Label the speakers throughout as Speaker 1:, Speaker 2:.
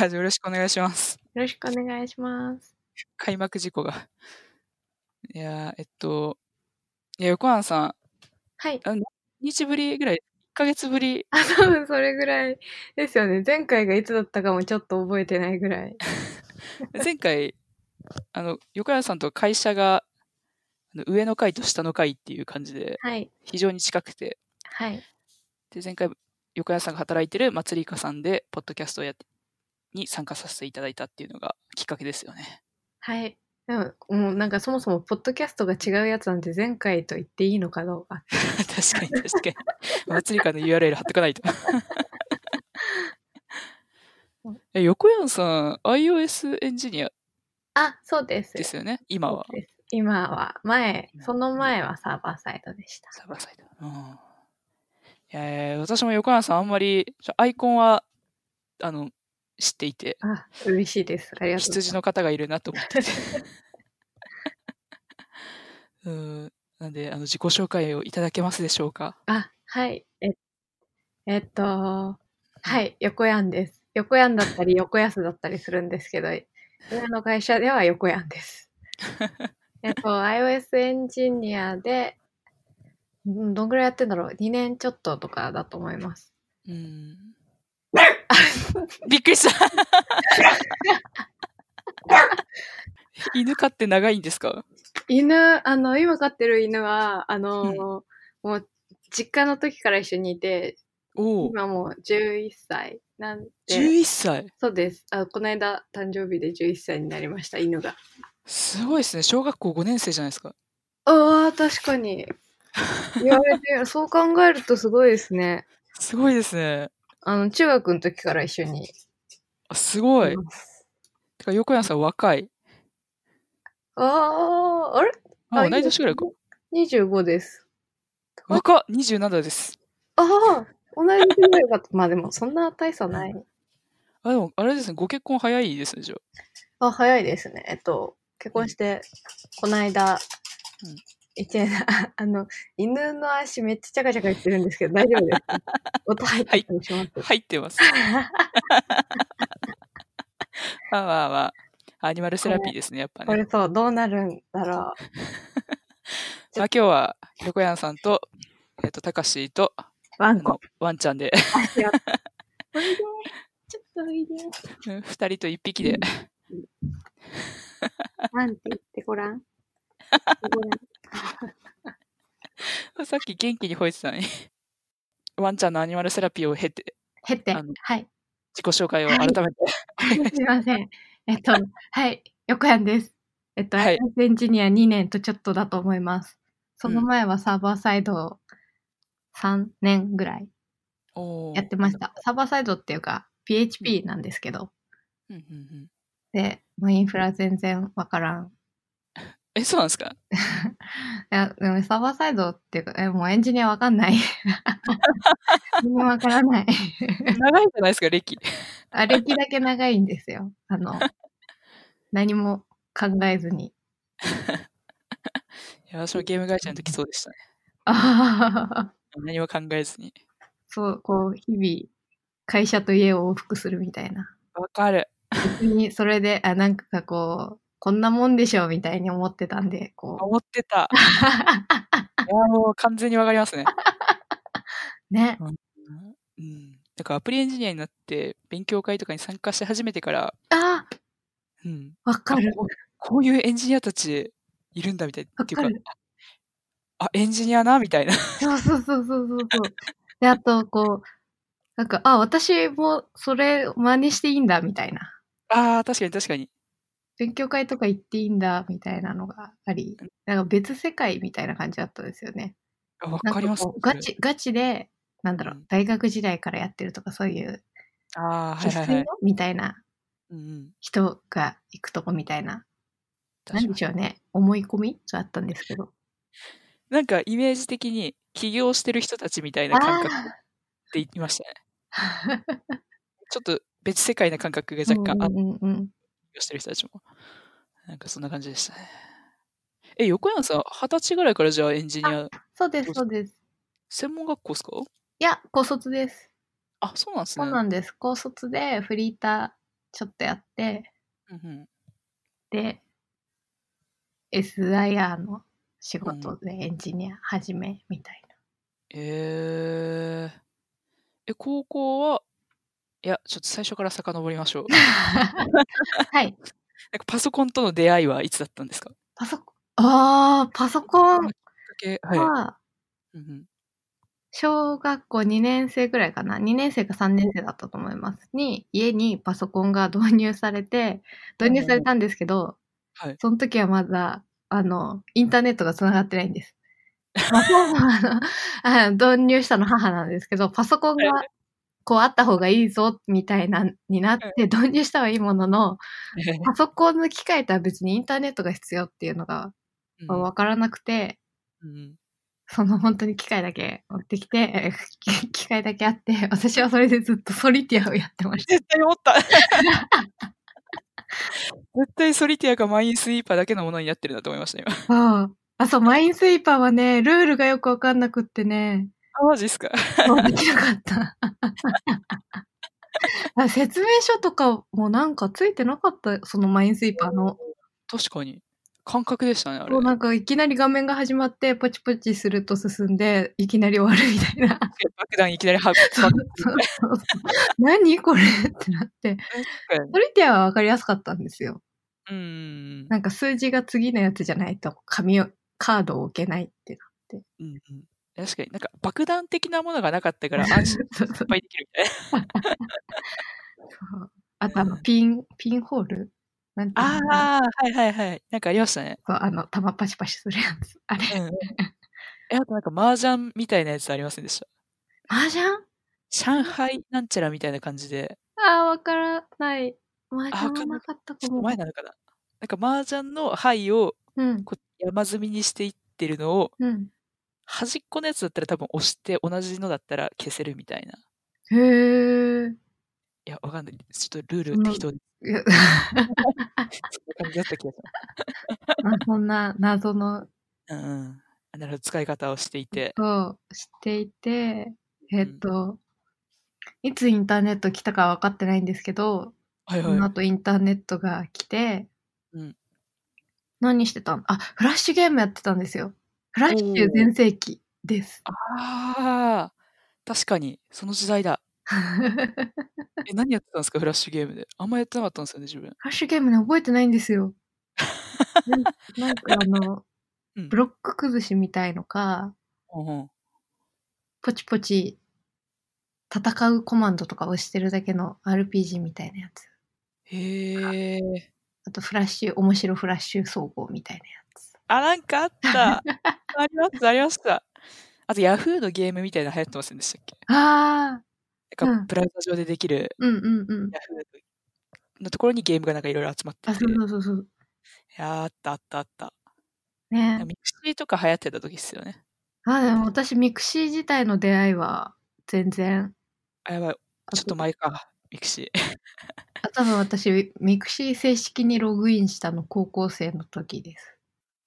Speaker 1: ラジオよろしくお 願いします。
Speaker 2: よろしくお願いします。
Speaker 1: 開幕事故が。いやー、えっと、いや、横山さん、
Speaker 2: はい。
Speaker 1: 何日ぶりぐらい、1ヶ月ぶり、
Speaker 2: あ、多分それぐらいですよね。前回がいつだったかもちょっと覚えてないぐらい。
Speaker 1: 前回、あの、横山さんと会社が、あの上の階と下の階っていう感じで、
Speaker 2: はい。
Speaker 1: 非常に近くて、
Speaker 2: はい。
Speaker 1: で、前回、横山さんが働いてる祭りかさんで、ポッドキャストをやって、に参加させていただいたっていうのがきっかけですよね。
Speaker 2: はい。でも、もうなんかそもそも、ポッドキャストが違うやつなんて前回と言っていいのかどうか。
Speaker 1: 確かに確かに。祭りかの URL 貼っとかないと。え横山さん、iOS エンジニア
Speaker 2: あ、そうです。
Speaker 1: ですよね、今は
Speaker 2: そ。うです今は、前、
Speaker 1: 今
Speaker 2: その前はサーバーサイドでした。
Speaker 1: サーバーサイド。うんえー私も横山さん、あんまり、ちょアイコンは、あの、知っていて、
Speaker 2: あ、嬉しいです。ありがとうござい
Speaker 1: 羊の方がいるなと思ってて。うんなんで、あの、自己紹介をいただけますでしょうか。
Speaker 2: ます。あ、はい。ええっと、はい、横やんです。横やんだ ったり、横安だったりするんですけど、今の会社では横や んです。えっと、iOS エンジニアで、うんどんぐらいやってんだろう ?2 年ちょっととかだと思います。
Speaker 1: うん。びっくりした。犬飼って長いんですか。
Speaker 2: 犬、あの、今飼ってる犬は、あの、もう、実家の時から一緒にいて、
Speaker 1: おお。
Speaker 2: 今もう11歳なん
Speaker 1: 十
Speaker 2: で、
Speaker 1: 一歳。
Speaker 2: そうです。あこの間、誕生日で11歳になりました、犬が。
Speaker 1: すごいですね。小学校五年生じゃないですか。
Speaker 2: ああ、確 かに。言われて、そう考えるとすごいですね。
Speaker 1: すごいですね。
Speaker 2: あの、中学の時から一緒に。
Speaker 1: あすごい。てか横山さん若い。
Speaker 2: ああ、あれ
Speaker 1: あ
Speaker 2: あ
Speaker 1: 同い年ぐらいか。
Speaker 2: ?25 です。
Speaker 1: 若二十七です。
Speaker 2: ああ、同じぐらいかと。 まあでも、そんな大差ない。
Speaker 1: あでもあれですね。ご結婚早いですねじゃあ。
Speaker 2: あ、早いですね。えっと、結婚して、この
Speaker 1: う
Speaker 2: 間
Speaker 1: ん、
Speaker 2: 一年、 ああの、犬の足めっちゃチャカチャカ言ってるんですけど、大丈夫です か。音入ってたりします。
Speaker 1: 入ってます。あまあまあ。アニマルセラピーですねやっぱ
Speaker 2: こ
Speaker 1: ね。
Speaker 2: れそう、どうなるんだ
Speaker 1: まあ
Speaker 2: ろ
Speaker 1: 今日は横山さんとえっと高志と
Speaker 2: う。ワ
Speaker 1: あ
Speaker 2: ンコ
Speaker 1: の。ワンちゃんで。
Speaker 2: 足を。おいで。ちょっとおいで。
Speaker 1: うん二人と一匹で。
Speaker 2: なんて言ってご らん。ごらん
Speaker 1: さっき元気に吠えてたのに。ワンちゃんのアニマルセラピーを経て、
Speaker 2: へって、
Speaker 1: あの
Speaker 2: はい。
Speaker 1: 自己紹介を改めて。
Speaker 2: すいません。えっと、はい。横山です。えっと、
Speaker 1: はい
Speaker 2: iOS エンジニア2年とちょっとだと思います。その前はサーバーサイド3年ぐらい
Speaker 1: おー
Speaker 2: やってました。サーバーサイドっていうか、PHP なんですけど。
Speaker 1: うんうんうん
Speaker 2: で、もうインフラ全然わからん。
Speaker 1: え、そうなんですか
Speaker 2: いや、でもサーバーサイドっていうか、えもうエンジニアわかんない。みんなわからない。
Speaker 1: 長いじゃないですか、歴。
Speaker 2: あれだけ長いんですよ。あの、何も考えずに。
Speaker 1: いや、私もゲーム会社の時そうでしたね。
Speaker 2: ああ、
Speaker 1: 何も考えずに。
Speaker 2: そう、こう、日々、会社と家を往復するみたいな。
Speaker 1: わかる。
Speaker 2: 別に、それで、あ、なんかこう、こんなもんでしょうみたいに思ってたんで、こ
Speaker 1: 思って た。
Speaker 2: う。
Speaker 1: いや、もう完全にわかりますね。
Speaker 2: ね。
Speaker 1: うん。だからアプリエンジニアになって、勉強会とかに参加し始めてから、
Speaker 2: ああ、
Speaker 1: うん。
Speaker 2: わか る。
Speaker 1: こういうエンジニアたちいるんだみたいな。っていうか
Speaker 2: わかる、
Speaker 1: あ、あエンジニアな、みたいな。
Speaker 2: そうそうそうそうそうそう。で、あと、こう、なんか、あ、私もそれ真似していいんだ、みたいな。
Speaker 1: ああ、確かに確かに。
Speaker 2: 勉強会とか行っていいんだみたいなのがあり、なんか別世界みたいな感じだったんですよね。
Speaker 1: あわ
Speaker 2: なん
Speaker 1: かります
Speaker 2: こう。ガチ、ガチで、なんだろ
Speaker 1: うん
Speaker 2: う、大学時代からやってるとかそういう、
Speaker 1: ああ、はい
Speaker 2: 生
Speaker 1: はい
Speaker 2: 粋
Speaker 1: はい。
Speaker 2: のみたいな
Speaker 1: うんうん、
Speaker 2: 人が行くとこみたいな、
Speaker 1: 確
Speaker 2: な
Speaker 1: か
Speaker 2: ん
Speaker 1: に
Speaker 2: でしょうね、思い込みがあったんですけど。
Speaker 1: なんかイメージ的に起業してる人たちみたいな感覚って言いましたね。
Speaker 2: あー
Speaker 1: ちょっと別世界な感覚が若干あっ
Speaker 2: う
Speaker 1: 起
Speaker 2: んうんうん。
Speaker 1: 業してる人たちも。なんかそんな感じでしたね。え、横山さん、二十歳ぐらいからじゃあエンジニア、
Speaker 2: そうです、そうです。
Speaker 1: 専門学校ですか
Speaker 2: いや、高卒です。
Speaker 1: あ、そうなんです
Speaker 2: そ
Speaker 1: ね。
Speaker 2: うなんです。高卒でフリータちょっとやって、
Speaker 1: うんうん
Speaker 2: で、SIR の仕事でエンジニア始めみたいな。
Speaker 1: えー、え、高校は、いや、ちょっと最初から遡りましょう。
Speaker 2: はい。
Speaker 1: なんかパソコンとの出会いはいつだったんですか
Speaker 2: パソコン、ああ、パソコン
Speaker 1: えはい。
Speaker 2: は、
Speaker 1: うん うん
Speaker 2: 小学校2年生ぐらいかな、2年生か3年生だったと思います。に、家にパソコンが導入されて、導入されたんですけど、
Speaker 1: はい
Speaker 2: その時はまだ、あの、インターネットが繋がってないんです。まあそうあのあの、導入したの母なんですけど、パソコンが
Speaker 1: は
Speaker 2: こうあった方がいいぞ、みたいな、になって、導入したはいいものの、パソコンの機械とは別にインターネットが必要っていうのが
Speaker 1: うん
Speaker 2: わからなくて、
Speaker 1: うん
Speaker 2: その本当に機械だけ持ってきて、 機機械だけあって、私はそれでずっとソリティアをやってまし
Speaker 1: 絶対思った 絶対ソリティアかマインスイーパーだけのものになってるなと思いました、今。
Speaker 2: た。うん あ、そう、マインスイーパーはね、ルールがよくわかんなくって ね、
Speaker 1: あ、マジっすか
Speaker 2: もうできなかった。あ説明書とかもなんかついてなかった、そのマインスイーパーの。
Speaker 1: 確かに。感覚でしたね、あれ。
Speaker 2: もうなんかいきなり画面が始まって、ポチポチすると進んで、いきなり終わるみたいな。
Speaker 1: 爆弾いきなりは
Speaker 2: そう そうそう何これってなって。ソリティアはわかりやすかったんですよ。
Speaker 1: うん。
Speaker 2: なんか数字が次のやつじゃないと紙を、カードを置けないっていう。
Speaker 1: うんうん確かになんか爆弾的なものがなかったから安心いっ
Speaker 2: そうそう
Speaker 1: ぱいできるみたいな。
Speaker 2: そうあとあの、ピン、ピンホールなんていうの
Speaker 1: あ
Speaker 2: あ
Speaker 1: あ、はいはいはい。なんかありましたね。
Speaker 2: そうあの、玉パシパシするやつ。あれ。
Speaker 1: うん。え、あとなんか麻雀みたいなやつありませんでした。
Speaker 2: 麻雀
Speaker 1: 上海なんちゃらみたいな感じで、
Speaker 2: ああ、わからない。麻雀はなかった
Speaker 1: ち
Speaker 2: か
Speaker 1: ょっと
Speaker 2: も
Speaker 1: 前。なのかな。なんか麻雀の牌を
Speaker 2: うん。
Speaker 1: こう山積みにしていってるのを、
Speaker 2: うん。
Speaker 1: 端っこのやつだったら多分押して同じのだったら消せるみたいな。
Speaker 2: へえ。
Speaker 1: いや、わかんない。ちょっとルー
Speaker 2: うん
Speaker 1: ル適当に。
Speaker 2: いや
Speaker 1: そんな感じだった気がす
Speaker 2: まあそんな謎の
Speaker 1: る。うんうん。なるほど、使い方をしていて。
Speaker 2: を知っていて、えっと、いつインターネット来たかは分かってないんですけど、
Speaker 1: はい
Speaker 2: そ
Speaker 1: はい
Speaker 2: の。後インターネットが来て、
Speaker 1: うん
Speaker 2: 何してたのあ、フラッシュゲームやってたんですよ。フラッシュ全盛期です。
Speaker 1: ああ、確かに、その時代だ。
Speaker 2: フ
Speaker 1: え、何やってたんですか、フラッシュゲームで。あんまやってなかったんですよね、自分。
Speaker 2: ラッシュゲームね、覚えてないんで すよ。なんなんかあの、
Speaker 1: うん
Speaker 2: ブロック崩しみたいのか、
Speaker 1: うんうん
Speaker 2: ポチポチ戦うコマンドとか押してるだけの RPG みたいなやつ。
Speaker 1: へえ。
Speaker 2: あとフラッシュ、面白フラッシュ総合みたいなやつ。
Speaker 1: あ、なんかあ った。ありました、ありました。あと、ヤフーのゲームみたいなの流行ってませんでしたっけ
Speaker 2: ああ、
Speaker 1: なん
Speaker 2: うん
Speaker 1: か、ブラウザ上でできる
Speaker 2: うんうんうん。
Speaker 1: ヤフーのところにゲームがなんかいろいろ集まって
Speaker 2: あ、
Speaker 1: て。
Speaker 2: そ
Speaker 1: いう
Speaker 2: そうそうそう。
Speaker 1: やーあったあったあった。
Speaker 2: ね
Speaker 1: ミクシーとか流行ってた時っすよね。
Speaker 2: あ、でも私、ミクシー自体の出会いは全然。
Speaker 1: あ、やばい。ちょっと前か。ミクシー。
Speaker 2: あ、多分私、ミクシー正式にログインしたの高校生の時です。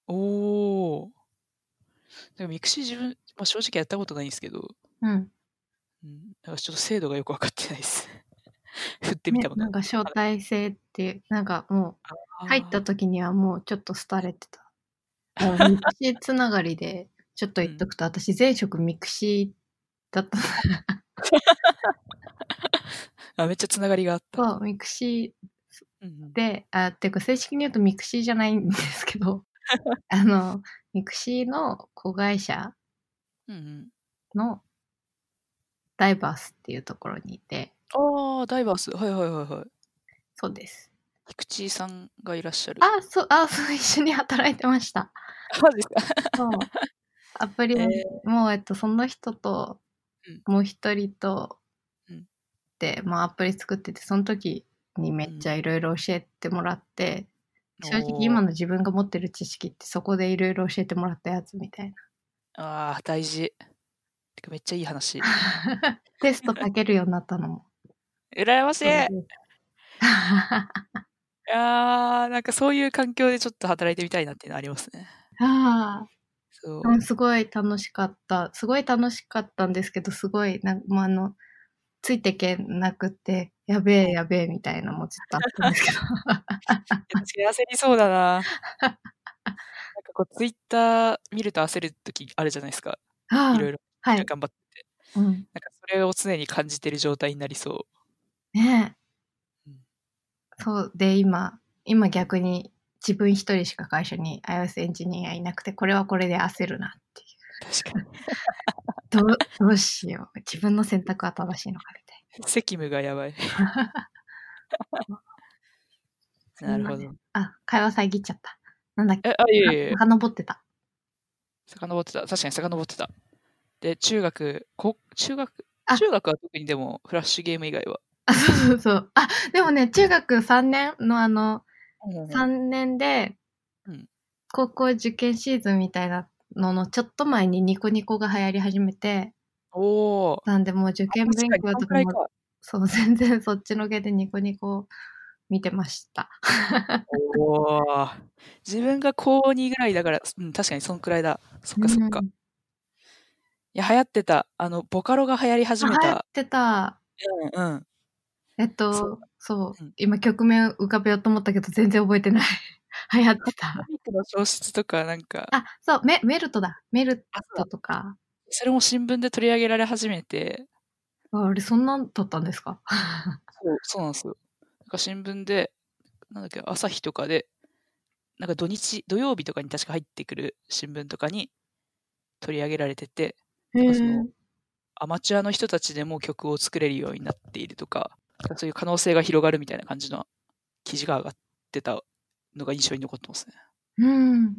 Speaker 1: おー。でもミクシー自分、まあ、正直やったことないんですけど、
Speaker 2: うん。
Speaker 1: うん、なんかちょっと精度がよく分かってないです。 振ってみ
Speaker 2: ね
Speaker 1: たもん
Speaker 2: なんか招待制って、なんかもう、入った時にはもうちょっと廃れて た。あのミクシーつながりで、ちょっと言っとくと、私、前職ミクシーだったか
Speaker 1: あ、めっちゃつながりがあった。
Speaker 2: ら、ミクシ
Speaker 1: うんうん
Speaker 2: ーで、あ、っていうか正式に言うとミクシーじゃないんですけ ど、あの、ミクシーの子会社
Speaker 1: うん
Speaker 2: のダイバースっていうところにいて、
Speaker 1: うん、ああ、ダイバース。はいはいはいはい。
Speaker 2: そうです。
Speaker 1: 菊池さんがいらっしゃる。
Speaker 2: あ、そう、あ、そう、一緒に働いてました。
Speaker 1: そう ですか。
Speaker 2: そう。 アプリ、
Speaker 1: え
Speaker 2: もう、えっと、その人と、もう一人と、
Speaker 1: うん
Speaker 2: で、まあ、アプリ作ってて、その時にめっちゃいろいろ教えてもらって、正直今の自分が持ってる知識ってそこでいろいろ教えてもらったやつみたい
Speaker 1: ああ、大事。てかめっちゃいい話。
Speaker 2: な。テスト書けるようになったのも。
Speaker 1: 羨ましい。いや
Speaker 2: そうです
Speaker 1: ー、なんかそういう環境でちょっと働いてみたいなっていうのありますね。
Speaker 2: ああ。
Speaker 1: そう。
Speaker 2: うんすごい楽しかった。すごい楽しかったんですけど、すごいな、まあ、あの、ついてけなくて、やべえやべえみたいなのもちょっとあったんです けど。
Speaker 1: 確かに焦りそうだな。 なんかこう、ツイッター見ると焦るときあるじゃないですか。
Speaker 2: あ
Speaker 1: い
Speaker 2: あ
Speaker 1: ろいろ
Speaker 2: はい。
Speaker 1: 頑張ってて。
Speaker 2: うん、
Speaker 1: なんかそれを常に感じてる状態になりそ
Speaker 2: ねえ
Speaker 1: うん。
Speaker 2: そうで今今逆に自分一人しか会社に iOS エンジニアいなくてこれはこれで焦るなっていう
Speaker 1: 確か に。
Speaker 2: う どうどうしよう自分の選択は正しいのかみたい
Speaker 1: 責務がや ばい。な
Speaker 2: な。
Speaker 1: るほ
Speaker 2: すい
Speaker 1: ど
Speaker 2: ま。せん。あ会話遮っちゃった。なんだっけ
Speaker 1: え、あ、いえいえいえ。
Speaker 2: 遡ってた。
Speaker 1: 遡ってた。確かに遡ってた。で、中学、こ中学、
Speaker 2: あ
Speaker 1: 中学は特にでも、フラッシュゲーム以外は。
Speaker 2: あそうそうそう。あでもね中学3年のあの3年で
Speaker 1: うん
Speaker 2: 高校受験シーズンみたいなののちょっと前にニコニコが流行り始めて
Speaker 1: おー。
Speaker 2: なんでもう受験勉強と
Speaker 1: 確
Speaker 2: か
Speaker 1: かに
Speaker 2: もそう、全然そっちのけでニコニコ見てました。
Speaker 1: おおー。自分が高2ぐらいだから、うん、確かにそんくらいだ。そっかそっか。
Speaker 2: う
Speaker 1: い
Speaker 2: ん
Speaker 1: や、流行ってた。あの、ボカロが流行り始め。
Speaker 2: あ流行ったてた。
Speaker 1: うんうん。
Speaker 2: えっと、
Speaker 1: そ
Speaker 2: そうう、
Speaker 1: うん
Speaker 2: 今曲名浮かべようと思ったけど全然覚えてない。 流行ってた。
Speaker 1: ミクの消失とか、なんか、
Speaker 2: あ、そう、メメルトだ。メル
Speaker 1: あ
Speaker 2: トとか。
Speaker 1: それも新聞で取り上げられ始めて、
Speaker 2: ああれ、そんなんだったんですか
Speaker 1: そうそうなんですよ。なんか新聞で、なんだっけ、朝日とかで、なんか土日、土曜日とかに確か入ってくる新聞とかに取り上げられてて、
Speaker 2: へ
Speaker 1: そ
Speaker 2: え
Speaker 1: の。アマチュアの人たちでも曲を作れるようになっているとか、なんかそういう可能性が広がるみたいな感じの記事が上がってたのが印象に残ってますね。い
Speaker 2: うん。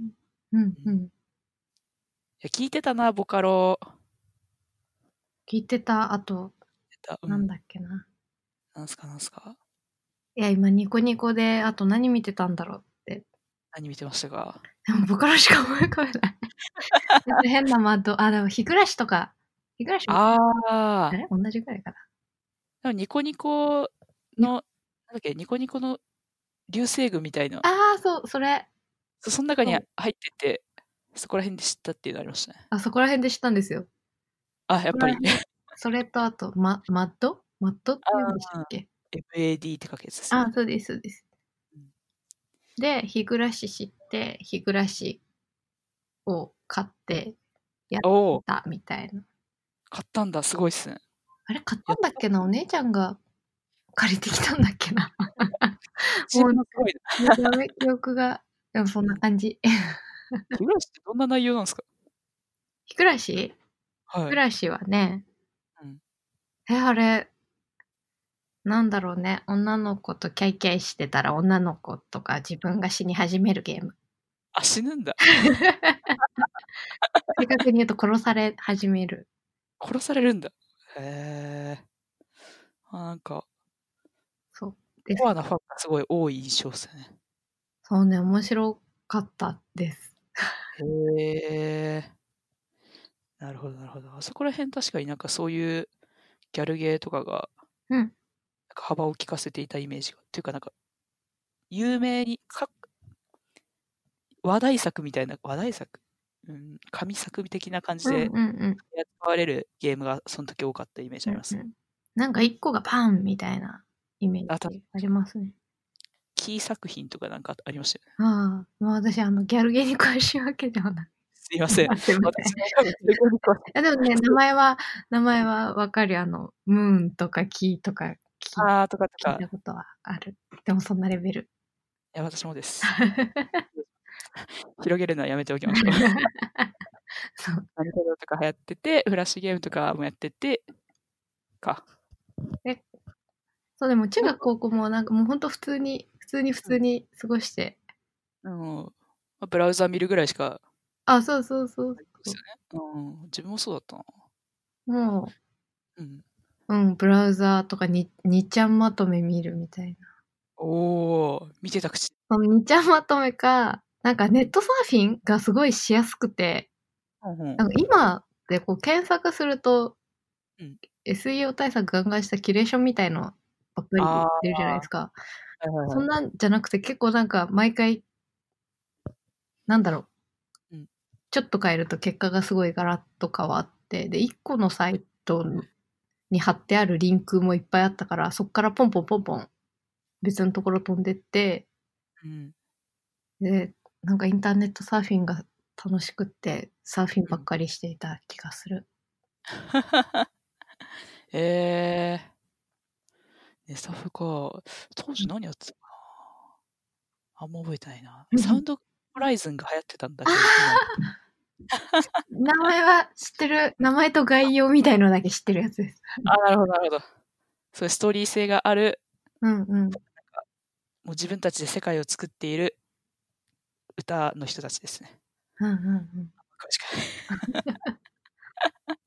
Speaker 2: うん、うん。
Speaker 1: や、聞いてたな、ボカロ。
Speaker 2: 聞いてた。あと、
Speaker 1: う
Speaker 2: なん
Speaker 1: ん、
Speaker 2: だっけな。
Speaker 1: なんすか、なんすか。
Speaker 2: いや、今、ニコニコで、あと何見てたんだろうって。
Speaker 1: 何見てましたか
Speaker 2: でも、ボカロしか思い 浮かべない。なんか変なマッド、あ、でも、日暮らしとか、日暮らしも
Speaker 1: あ
Speaker 2: あ
Speaker 1: あ。
Speaker 2: れ同じぐらいかな。
Speaker 1: でもニコニコの、なんだっけ、ニコニコの流星群みたいな、
Speaker 2: ああ、そう、それ、
Speaker 1: そその中に
Speaker 2: そ
Speaker 1: 入
Speaker 2: う
Speaker 1: ってて、そこら辺で知ったっていうのありましたね。
Speaker 2: あそこら辺で知ったんですよ。
Speaker 1: あ、やっぱり
Speaker 2: そこら辺それと、あと、ま、マッドマッドって言うんでしたっけ
Speaker 1: MAD って書けやつです、ね。
Speaker 2: ああ、そうです、そうです
Speaker 1: うん。
Speaker 2: で、日暮らし知って、日暮らしを買って
Speaker 1: おお、
Speaker 2: たみたいな。
Speaker 1: 買ったんだ、すごいっすね。
Speaker 2: あれ、買ったんだっけなお姉ちゃんが借りてきたんだっけな
Speaker 1: すごいな。
Speaker 2: 記憶が、でもそんな感じ。
Speaker 1: 日暮らしってどんな内容なんですか
Speaker 2: 日暮らし
Speaker 1: はい。
Speaker 2: 暮らしはね、
Speaker 1: うん
Speaker 2: えあれなんだろうね女の子とキャイキャイしてたら女の子とか自分が死に始めるゲーム
Speaker 1: あ、死ぬんだ。
Speaker 2: 正確に言うと殺され始める
Speaker 1: 殺されるんだ。へえ。あなんか、
Speaker 2: そうです
Speaker 1: コアなファンがすごい多い印象ですね。
Speaker 2: そうね面白かった です
Speaker 1: へえ。なるほど、なるほど。あそこら辺確かになんかそういうギャルゲーとかが、
Speaker 2: うん
Speaker 1: なんか幅を利かせていたイメージが。というかなんか、有名に、か話題作みたいな、話題作うん、神作的な感じ
Speaker 2: うんう
Speaker 1: で
Speaker 2: んうん
Speaker 1: 扱われるゲームがその時多かったイメージあります。
Speaker 2: うんうんなんか一個がパンみたいなイメ
Speaker 1: あ
Speaker 2: ー
Speaker 1: た
Speaker 2: ジありますね
Speaker 1: キー作品とかなんかありましたよ ね。
Speaker 2: ああまあ私あのギャルゲーに詳しいわけではない
Speaker 1: すいません。
Speaker 2: すいません
Speaker 1: 私も多分 そういうことか
Speaker 2: いやでもね名前は名前はわかるよあのムーンとかキーとかキー
Speaker 1: あーとかと
Speaker 2: 聞
Speaker 1: か
Speaker 2: い。たことはある。でもそんなレベル。
Speaker 1: いや、私もです。広げるのはやめておきましょう。
Speaker 2: そう
Speaker 1: マリカドとか流行ってて、フラッシュゲームとかもやってて、か。
Speaker 2: そうでも中学高校もなんかもうほんと普通に普通に普通に過ごして。
Speaker 1: うん。まあブラウザ見るぐらいしか、
Speaker 2: あそうそうそうそ
Speaker 1: うん、自分もそうだったな。
Speaker 2: う。も
Speaker 1: うん。
Speaker 2: ううんブラウザーとかににちゃんまとめ見るみたいな。
Speaker 1: おー、見てた口。
Speaker 2: そのにちゃんまとめかなんかネットサーフィンがすごいしやすくて
Speaker 1: うんうん
Speaker 2: なんか今でこう検索すると、
Speaker 1: うん
Speaker 2: SEO 対策ガンガンしたキュレーションみたいのばっかり言ってるじゃないですか。
Speaker 1: はいはい
Speaker 2: そ
Speaker 1: は
Speaker 2: ん
Speaker 1: い
Speaker 2: なんじゃなくて結構なんか毎回なんだろ
Speaker 1: う
Speaker 2: う、
Speaker 1: ん
Speaker 2: ちょっと変えると結果がすごいガラッと変わってで1個のサイトに貼ってあるリンクもいっぱいあったから、そっからポンポンポンポン別のところ飛んでって、
Speaker 1: うん。
Speaker 2: で、なんかインターネットサーフィンが楽しくって、サーフィンばっかりしていた気がする。
Speaker 1: えー。ね、サフか。当時何やってたかなあんま覚えてないな
Speaker 2: う。ん
Speaker 1: サウンドホライズンが流行ってたんだけど、
Speaker 2: 名前は知ってる。名前と概要みたいのだけ知ってるやつです。
Speaker 1: あ、なるほど、なるほど。そういうストーリー性がある、
Speaker 2: うんうん。
Speaker 1: もう自分たちで世界を作っている歌の人たちですね。
Speaker 2: うんうん
Speaker 1: 詳しくない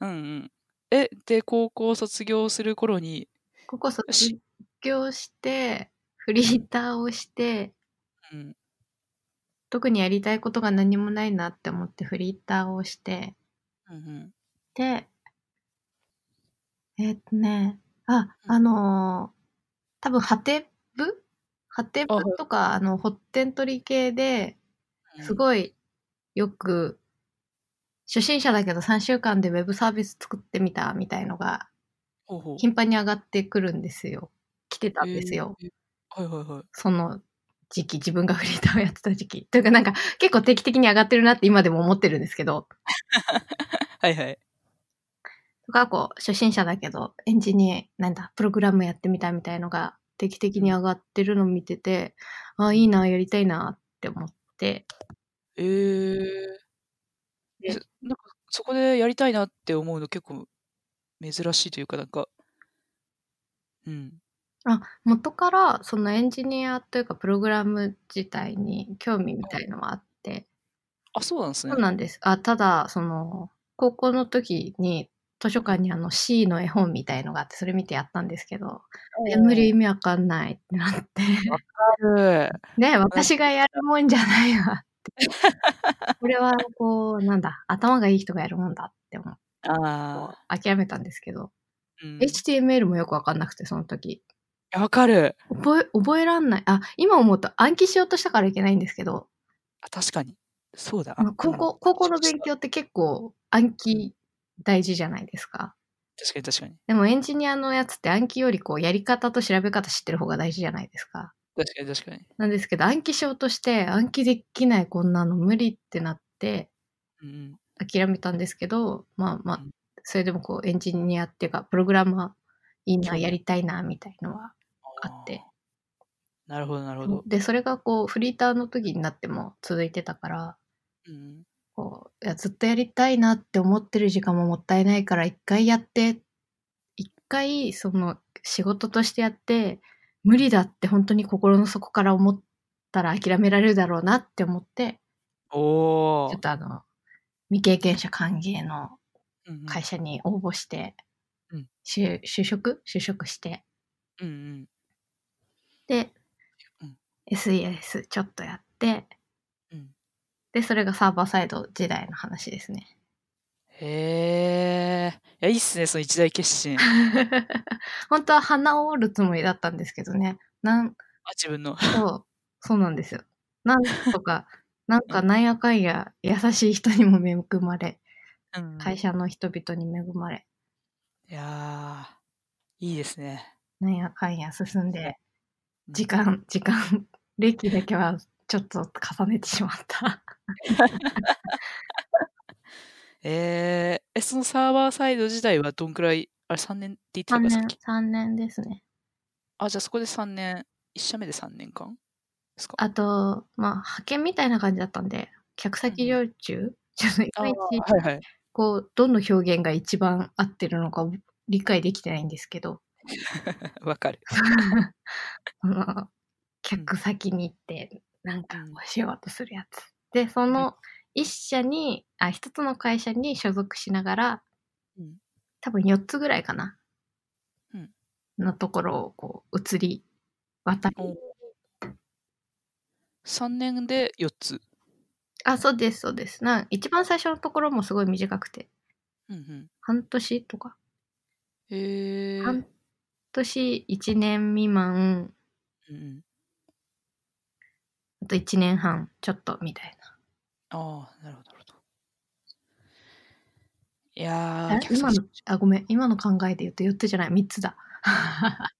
Speaker 1: うんうん。え、で、高校卒業する頃に、
Speaker 2: うん。ここ卒業して、フリーターをして、
Speaker 1: うん、
Speaker 2: 特にやりたいことが何もないなって思ってフリーターをして、
Speaker 1: うんうん、
Speaker 2: で、えーっとね、あ、
Speaker 1: うん
Speaker 2: あのー多分ハテブハテ
Speaker 1: あはい
Speaker 2: ブとか、あの、ホッテントリ系で、
Speaker 1: うん。
Speaker 2: す
Speaker 1: い。
Speaker 2: ごいよく、初心者だけど3週間でウェブサービス作ってみたみたいのが
Speaker 1: ほうほう
Speaker 2: 頻繁に上がってくるんですよ。来てたんですよ。
Speaker 1: えーはいはい はい。
Speaker 2: その時期、自分がフリーターをやってた時期。というかなんか結構定期的に上がってるなって今でも思ってるんですけど、
Speaker 1: はいはい。
Speaker 2: とかこう初心者だけどエンジニア、なんだ、プログラムやってみたみたいのが定期的に上がってるのを見てて、あ、いいな、やりたいなって思って、
Speaker 1: えー。
Speaker 2: で
Speaker 1: そなんかそこでやりたいなって思うの結構珍しいというか、なんか、うん。
Speaker 2: あ、元からそのエンジニアというかプログラム自体に興味みたいのはあって、
Speaker 1: あ、そうなんですね。
Speaker 2: そうなんです。あ、ただ、その、高校の時に図書館にあの C の絵本みたいのがあって、それ見てやったんですけど、いや無理意味わかんないってな って、
Speaker 1: うん。
Speaker 2: ね、私がやるもんじゃないわって。これは、こう、なんだ、頭がいい人がやるもんだって思
Speaker 1: ああ。
Speaker 2: う。諦めたんですけど、
Speaker 1: うん、
Speaker 2: HTML もよくわかんなくて、その時。
Speaker 1: わかる。
Speaker 2: 覚え、覚えらんない。あ、今思うと暗記しようとしたからいけないんですけど、
Speaker 1: あ確かに。そうだ。
Speaker 2: あの高校、高校の勉強って結構暗記大事じゃないですか。
Speaker 1: 確かに確かに。
Speaker 2: でもエンジニアのやつって暗記よりこうやり方と調べ方知ってる方が大事じゃないですか。
Speaker 1: 確かに確かに。
Speaker 2: なんですけど暗記しようとして暗記できないこんなの無理ってなって
Speaker 1: うんうん。
Speaker 2: 諦めたんですけどまあまあ
Speaker 1: うん
Speaker 2: それでもこうエンジニアっていうかプログラマーいい
Speaker 1: 興
Speaker 2: な
Speaker 1: 味
Speaker 2: やりたいなみたいのはあって
Speaker 1: ー。なるほどなるほど。
Speaker 2: でそれがこうフリーターの時になっても続いてたから
Speaker 1: うんうん、
Speaker 2: こういやずっとやりたいなって思ってる時間ももったいないから一回やって一回その仕事としてやって無理だって本当に心の底から思ったら諦められるだろうなって思って
Speaker 1: おお
Speaker 2: ちょっ。とあの未経験者歓迎の
Speaker 1: うんうん
Speaker 2: 会社に応募して、
Speaker 1: うん
Speaker 2: 就就職就職して
Speaker 1: うんうん
Speaker 2: で、
Speaker 1: うん
Speaker 2: SES ちょっとやって
Speaker 1: うん
Speaker 2: でそれがサーバーサイド時代の話ですね。
Speaker 1: へえ。いや、いいっすね、その一大決心。 あ、
Speaker 2: 本当は鼻を折るつもりだったんですけどね。なん
Speaker 1: 自分の。
Speaker 2: と、そうなんですよ。なんと か、なんかなんやかんや優しい人にも恵まれ、
Speaker 1: うんうん
Speaker 2: 会社の人々に恵まれ、
Speaker 1: いやー、いいですね。
Speaker 2: なんやかんや進んで、
Speaker 1: うん
Speaker 2: 時間、時間、歴だけはちょっと重ねてしまった。
Speaker 1: えー、え、そのサーバーサイド自体はどんくらい、あれ3年って言ってた
Speaker 2: 3
Speaker 1: かさっ
Speaker 2: 年
Speaker 1: き。、
Speaker 2: 3年ですね。
Speaker 1: あ、じゃあそこで3年、1社目で3年間ですか
Speaker 2: あと、まあ、派遣みたいな感じだったんで、客先常駐ちょっとい
Speaker 1: あー
Speaker 2: まいち
Speaker 1: はいはい。
Speaker 2: こう、どの表現が一番合ってるのか理解できてないんです けど、
Speaker 1: わかる。
Speaker 2: その、客先に行って、なんか
Speaker 1: うん
Speaker 2: お仕事するやつ。で、その一社に、あ、一つの会社に所属しながら、
Speaker 1: うん
Speaker 2: 多分4つぐらいかな。
Speaker 1: うん
Speaker 2: のところをこう、移り渡り。
Speaker 1: お3年で4つ。
Speaker 2: あ、そうです、そうです。なん一番最初のところもすごい短くて、
Speaker 1: うんうん。
Speaker 2: 半年とか。
Speaker 1: えー、
Speaker 2: 半年、1年未満、
Speaker 1: うんうん、
Speaker 2: あと1年半ちょっとみたいな。
Speaker 1: ああ、なるほど、なるほど。いや
Speaker 2: あ
Speaker 1: ー、客
Speaker 2: 今
Speaker 1: 先
Speaker 2: の、あ、ごめん、今の考えで言うと4つじゃない、3つだ。は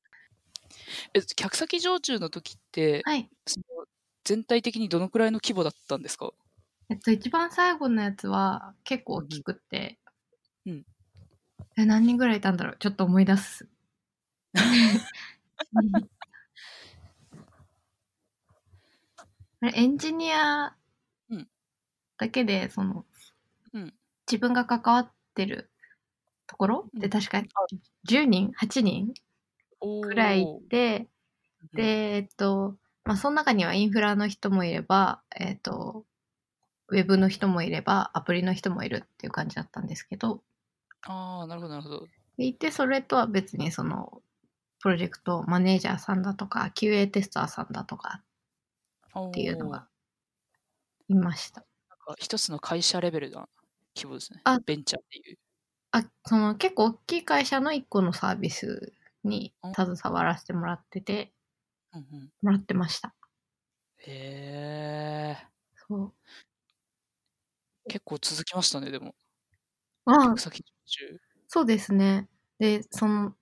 Speaker 1: え客先常駐の時って、
Speaker 2: い。
Speaker 1: その全体的にどのくらいの規模だったんですか
Speaker 2: えっと、一番最後のやつは結構大きくて、
Speaker 1: うん。
Speaker 2: え、何人ぐらいいたんだろうちょっと思い出す。あれエンジニア
Speaker 1: うん
Speaker 2: だけで、その、
Speaker 1: うん
Speaker 2: 自分が関わってるところ
Speaker 1: う
Speaker 2: で、
Speaker 1: ん
Speaker 2: 確か10人 ?8 人
Speaker 1: く
Speaker 2: くらいいて、で、えっと、まあ、その中にはインフラの人もいれば、えっと、ウェブの人もいれば、アプリの人もいるっていう感じだったんですけど、
Speaker 1: ああ、なるほど、なるほど。
Speaker 2: でいて、それとは別にその、プロジェクトマネージャーさんだとか、QA テスターさんだとか
Speaker 1: っ
Speaker 2: っていうのがいました。
Speaker 1: 一つの会社レベルな規模ですね。
Speaker 2: あ
Speaker 1: ベンチャーっていう。
Speaker 2: あ、その結構大きい会社の一個のサービスに携わらせてもらってて、
Speaker 1: うんうん、
Speaker 2: もらってました。
Speaker 1: へえ。
Speaker 2: そう。
Speaker 1: 結構続きましたね、でも。
Speaker 2: あ
Speaker 1: 客先常駐。
Speaker 2: そうですね。で、その、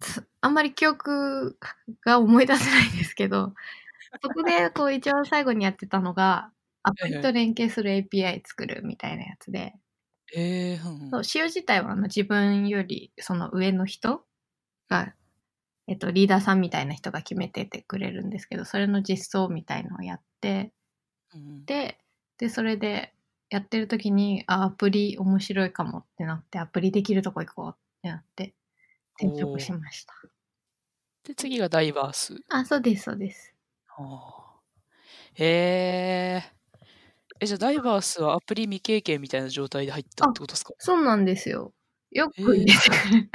Speaker 2: つあんまり記憶 が思い出せないんですけど、 そこでこう一番最後にやってたのが、アプリと連携する API 作るみたいなやつで、
Speaker 1: ええー、うんう
Speaker 2: そ
Speaker 1: ん
Speaker 2: う仕様自体はあの自分よりその上の人が、えっと、リーダーさんみたいな人が決めててくれるんですけど、それの実装みたいのをやって、
Speaker 1: うんうん。
Speaker 2: で、で、それでやってる時に、あ、アプリ面白いかもってなって、アプリできるとこ行こうってなって、転職しました。
Speaker 1: で、次がダイバース。
Speaker 2: あ、そうです、そうです。
Speaker 1: あーへえ。え、じゃあダイバースはアプリ未経験みたいな状態で入ったってことですか
Speaker 2: そうなんですよ。よ
Speaker 1: え
Speaker 2: く
Speaker 1: ー
Speaker 2: 入れてくれる。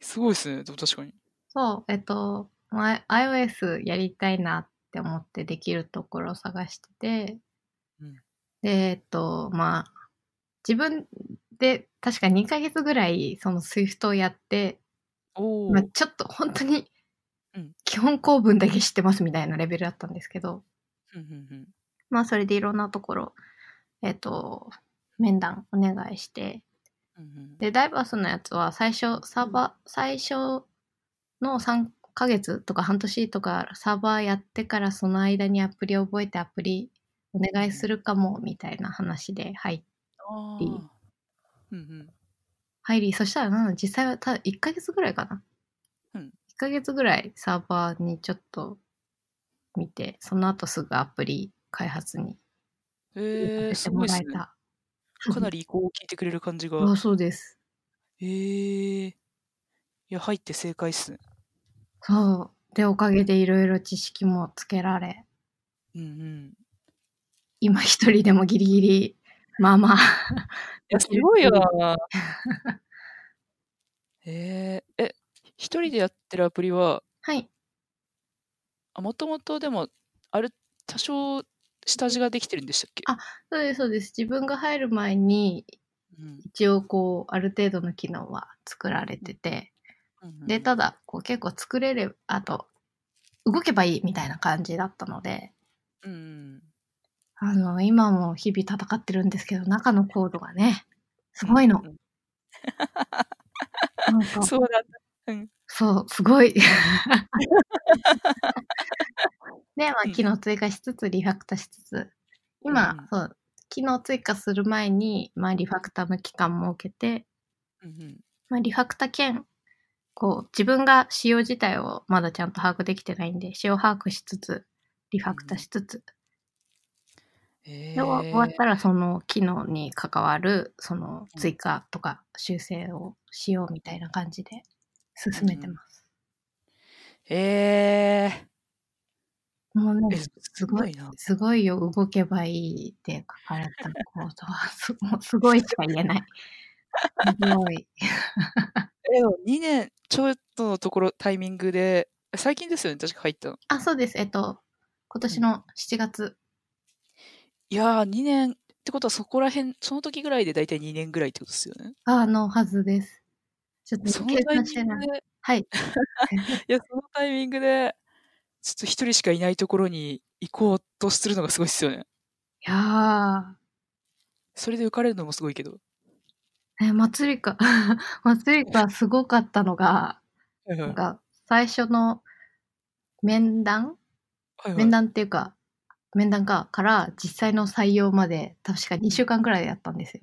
Speaker 1: すごいですね、でも確かに。
Speaker 2: そう、えっと、前 iOS やりたいなって思ってできるところを探してて、
Speaker 1: うん
Speaker 2: で、えっと、まあ、自分で確か2ヶ月ぐらいその Swift をやって、
Speaker 1: おお、
Speaker 2: まあ、ちょっと本当に
Speaker 1: うん
Speaker 2: 基本構文だけ知ってますみたいなレベルだったんですけど、
Speaker 1: うんうんうん。
Speaker 2: まあそれでいろんなところ、えっ、と、面談お願いして、
Speaker 1: うんうん
Speaker 2: で、ダイバースのやつは最初、サーバー、最初の3ヶ月とか半年とかサーバーやってからその間にアプリを覚えてアプリお願いするかもみたいな話で入っ
Speaker 1: あ
Speaker 2: いい
Speaker 1: ーうんうん
Speaker 2: 入り、そしたらな、実際はただ1ヶ月ぐらいかな。
Speaker 1: うん
Speaker 2: 1ヶ月ぐらいサーバーにちょっと見て、その後すぐアプリ開発に
Speaker 1: へえ、
Speaker 2: させ
Speaker 1: す
Speaker 2: て
Speaker 1: ご
Speaker 2: も
Speaker 1: いで
Speaker 2: ら
Speaker 1: す
Speaker 2: え
Speaker 1: ね。
Speaker 2: た。
Speaker 1: かなり移行を聞いてくれる感じが。
Speaker 2: あ そうです。
Speaker 1: ええいや、入って正解っすね。
Speaker 2: そう。で、おかげでいろいろ知識もつけられ、
Speaker 1: うんうん。い
Speaker 2: 今一人でもギリギリ、ま あまあ。
Speaker 1: や、すごいよな。えー、え、一人でやってるアプリは、
Speaker 2: はい。
Speaker 1: もともとでも、あれ、多少下地ができてるんでしたっけ
Speaker 2: あそうです、そうです。自分が入る前に、
Speaker 1: うん
Speaker 2: 一応こう、ある程度の機能は作られてて、
Speaker 1: うんうん
Speaker 2: で、ただ、こう結構作れれば、あと、動けばいいみたいな感じだったので、
Speaker 1: うんうん。
Speaker 2: あの、今も日々戦ってるんですけど、中のコードがね、すごいの。
Speaker 1: うん
Speaker 2: なんか、
Speaker 1: そうなんだ。
Speaker 2: そう、すごい。 で、ま
Speaker 1: う
Speaker 2: あ、
Speaker 1: ん
Speaker 2: 機能追加しつつ、リファクタしつつ、今、
Speaker 1: うん
Speaker 2: そう、機能追加する前に、まあ、リファクタの期間設けて、
Speaker 1: うんうん
Speaker 2: まあ、リファクタ兼、こう、自分が仕様自体をまだちゃんと把握できてないんで、仕様把握しつつ、リファクタしつつ、
Speaker 1: え
Speaker 2: で終わったらその機能に関わるその追加とか修正をしようみたいな感じで進めてます。
Speaker 1: ー、え
Speaker 2: もう
Speaker 1: ー、え
Speaker 2: ね、
Speaker 1: すごいな。
Speaker 2: すごいよ、動けばいいって書かれたコードは、す もうすごいしか言えない。すごい。
Speaker 1: え、2年ちょっとのところ、タイミングで、最近ですよね、確か入ったの。
Speaker 2: あ、そうです。えっと、今年の7月。
Speaker 1: いやー、2年ってことはそこら辺、その時ぐらいで大体2年ぐらいってことですよね。
Speaker 2: あのはずです。ちょっ
Speaker 1: そ
Speaker 2: と
Speaker 1: の
Speaker 2: 計
Speaker 1: タイ
Speaker 2: 算して
Speaker 1: ミン
Speaker 2: な
Speaker 1: グ
Speaker 2: い。
Speaker 1: で、
Speaker 2: はい。
Speaker 1: いや、そのタイミングで、ちょっと一人しかいないところに行こうとするのがすごいっすよね。
Speaker 2: いやー、
Speaker 1: それで浮かれるのもすごいけど。
Speaker 2: え、まつりか、 まつりかすごかったのが、
Speaker 1: はい
Speaker 2: なんか最初の面談
Speaker 1: はい
Speaker 2: 面談っていうか、面談か、から実際の採用まで確か2週間くらいでやったんですよ。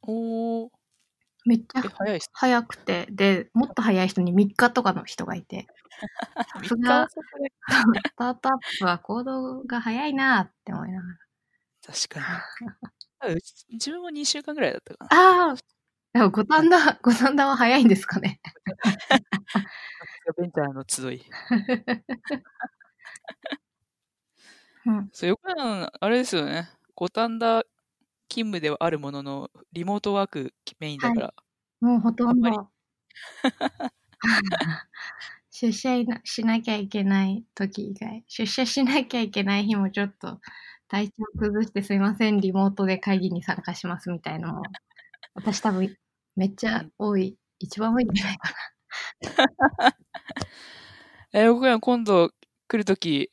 Speaker 1: おー、
Speaker 2: めっちゃ
Speaker 1: え、早いっす。
Speaker 2: 早くて、で、もっと早い人に3日とかの人がいて、さすが、 スタートアップは行動が早いなって思いながら。
Speaker 1: 確かに。あうち自分も2週間ぐらいだったかな。
Speaker 2: ああでも五反田、五反田は早いんですかね。
Speaker 1: ベンチャーの集い。
Speaker 2: うん、
Speaker 1: そう、横山、あれですよね。五反田勤務ではあるものの、リモートワークメインだから、
Speaker 2: もうほとん
Speaker 1: あん
Speaker 2: ど。 出社いなしなきゃいけない時以外、出社しなきゃいけない日もちょっと体調崩してすいません、リモートで会議に参加しますみたいなのも、私多分めっちゃ多い、一番多いんじゃないかな。
Speaker 1: えー横山、今度来るとき、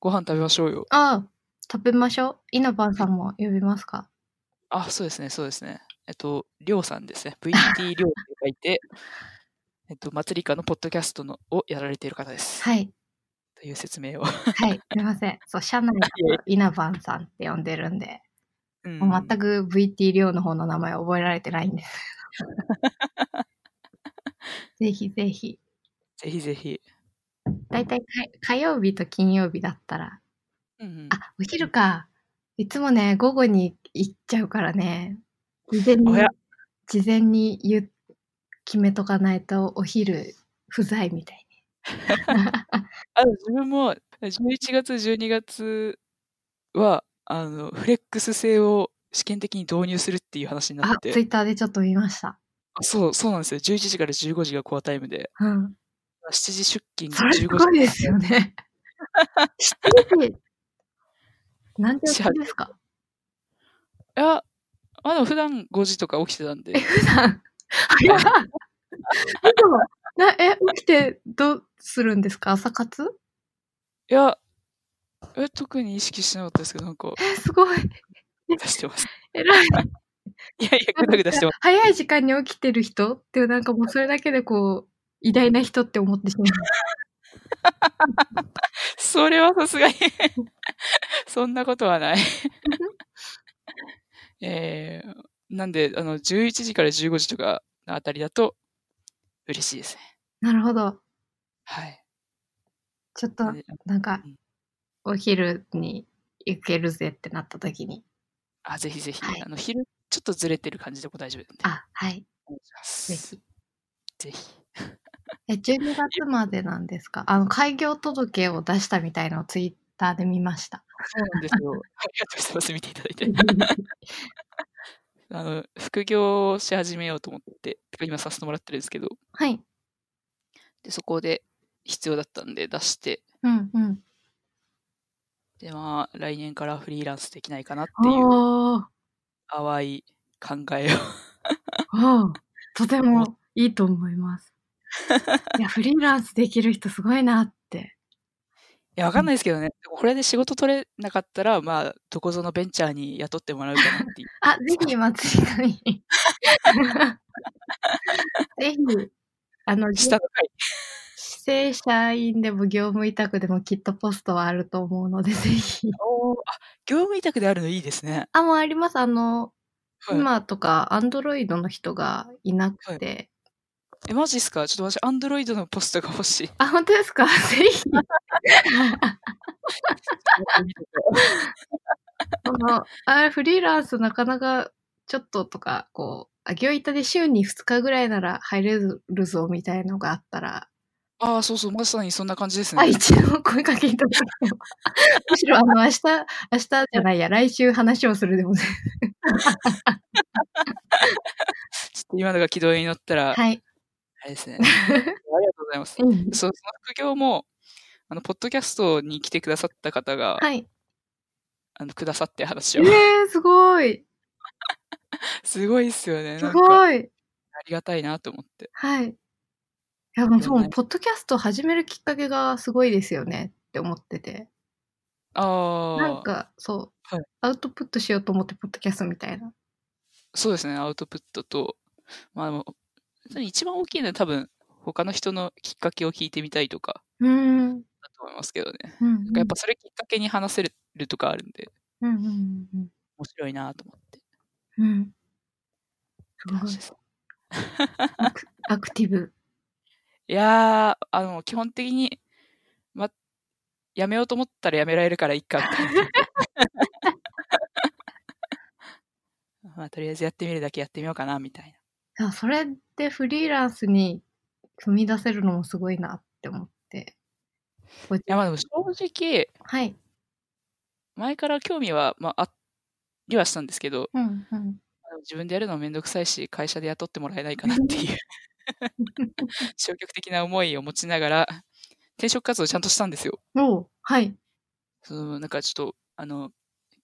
Speaker 1: ご飯食べましょうよ。
Speaker 2: ああ、食べましょう。稲葉さんも呼びますか
Speaker 1: あ、そうですね、そうですね。えっと、りょうさん ですね。VT りょうって書いて、えっと、まつりかのポッドキャストのをやられている方です。
Speaker 2: はい、
Speaker 1: という説明を。
Speaker 2: はい、すいません。そう、社内だと稲葉さんって呼んでるんで、
Speaker 1: うん
Speaker 2: もう全く VT 量の方の名前覚えられてないん です。ぜひぜひ。
Speaker 1: ぜひぜひ。
Speaker 2: だいたい火曜日と金曜日だったら、
Speaker 1: うんうん
Speaker 2: あ、お昼か。いつもね、午後に行っちゃうからね、事前に
Speaker 1: おや、
Speaker 2: 事前に言う決めとかないと、お昼不在みたい
Speaker 1: あの自分も11月、12月はあのフレックス制を試験的に導入するっていう話に
Speaker 2: に。
Speaker 1: な
Speaker 2: あ
Speaker 1: っ、
Speaker 2: ツイ
Speaker 1: て、
Speaker 2: ッターでちょっと見ました。
Speaker 1: あそうそうなんですよ、11時から15時がコアタイムで、
Speaker 2: うん。
Speaker 1: 7時出勤
Speaker 2: それすご
Speaker 1: 15
Speaker 2: いで
Speaker 1: 時
Speaker 2: すよね。7時、何時起きですか
Speaker 1: いや、あでも普段5時とか起きてたん で、
Speaker 2: 普段。あれは、なえ、起きてどうするんですか朝活
Speaker 1: いや、え特に意識してなかったですけど、なん か、
Speaker 2: え、すごい。
Speaker 1: 出してます。
Speaker 2: えらい。
Speaker 1: いやいや、ぐだぐだしてます。
Speaker 2: 早い時間に起きてる人って、なんかもうそれだけでこう、偉大な人って思ってしまう。
Speaker 1: それはさすがに。 そんなことはない。 えー、なんで、あの、11時から15時とかのあたりだと、嬉しいですね。
Speaker 2: なるほど。
Speaker 1: はい。
Speaker 2: ちょっと、
Speaker 1: で
Speaker 2: なんか
Speaker 1: うん、
Speaker 2: お昼に行けるぜってなった時に。
Speaker 1: あ、ぜひぜひ、
Speaker 2: はい
Speaker 1: あの、昼、ちょっとずれてる感じでも大丈夫なんで。
Speaker 2: あ、はい。
Speaker 1: お願いします
Speaker 2: ぜ
Speaker 1: ぜ
Speaker 2: ひ。
Speaker 1: ひ。
Speaker 2: え、12月までなんですかあの、開業届を出したみたいのをツイッターで見ました。
Speaker 1: そうなんですよ。ありがとうございます。見ていただいて。あの、副業をし始めようと思って、てか今させてもらってるんですけど、
Speaker 2: はい。
Speaker 1: で、そこで必要だったんで出して、
Speaker 2: うんうん。
Speaker 1: で、まあ、来年からフリーランスできないかなっていう
Speaker 2: おー。
Speaker 1: 淡い考えを。
Speaker 2: ああ、とてもいいと思 います。いや、フリーランスできる人すごいなって。
Speaker 1: いや、わかんないですけどね。これで仕事取れなかったら、まあ、どこぞのベンチャーに雇ってもらうかなって いう。
Speaker 2: あ、ぜひ祭り かに。ぜひ、あの、
Speaker 1: 下の階
Speaker 2: 正社員でも業務委託でもきっとポストはあると思うので、ぜひ。
Speaker 1: おーあ、業務委託であるのいいですね。
Speaker 2: あ、もうあります。あの、
Speaker 1: はい
Speaker 2: 今とか、アンドロイドの人がいなくて。
Speaker 1: え、マジっすかちょっと私、アンドロイドのポストが欲しい。
Speaker 2: あ、本当です かぜひ。そのあフリーランスなかなかちょっととか、こう、あ行板で週に2日ぐらいなら入れるぞみたいのがあったら、
Speaker 1: ああ、そうそう、まさにそんな感じですね。
Speaker 2: あ、一応声かけいただければ。むしろ、 あの、明日、明日じゃないや、来週話をするでもね。
Speaker 1: ちょっと今のが軌道に乗ったら、
Speaker 2: はい。
Speaker 1: あれですね。あ りがとうございます。そう、その副業も、あの、ポッドキャストに来てくださった方が、
Speaker 2: はい。
Speaker 1: あの、くださって話
Speaker 2: え
Speaker 1: を。
Speaker 2: ー、すごい。
Speaker 1: すごいっすよね。
Speaker 2: す
Speaker 1: なんか、あ
Speaker 2: ごい。
Speaker 1: りがたいなと思って。
Speaker 2: はい。いや、もう、
Speaker 1: で
Speaker 2: そ
Speaker 1: もね
Speaker 2: の、ポッドキャスト始めるきっかけがすごいですよねって思ってて。
Speaker 1: ああ。
Speaker 2: なんか、そう、
Speaker 1: はい
Speaker 2: アウトプットしようと思って、ポッドキャストみたいな。
Speaker 1: そうですね、アウトプットと、まあでも、本当に一番大きいのは多分、他の人のきっかけを聞いてみたいとか
Speaker 2: うーん。
Speaker 1: だと思いますけどね。
Speaker 2: うん
Speaker 1: なんかやっぱそれきっかけに話せるとかあるんで、
Speaker 2: うんうんうん
Speaker 1: 面白いなと思って。
Speaker 2: うん。うん。すごい
Speaker 1: 話です
Speaker 2: アクアクティブ。
Speaker 1: いやー、あの、基本的に、ま、やめようと思ったらやめられるからいいかみたい な。まあ、とりあえずやってみるだけやってみようかな、みたい
Speaker 2: でもそれでフリーランスに踏み出せるのもすごいなって思って。ご自
Speaker 1: な。いや、まあでも正直、
Speaker 2: はい。
Speaker 1: 前から興味は、まあ、ありはしたんですけど、
Speaker 2: うんうん。
Speaker 1: 自分でやるのはめんどくさいし、会社で雇ってもらえないかなって いう消極的な思いを持ちながら、転職活動をちゃんとしたんですよ。
Speaker 2: おうはい。
Speaker 1: そのなんかちょっと、あの、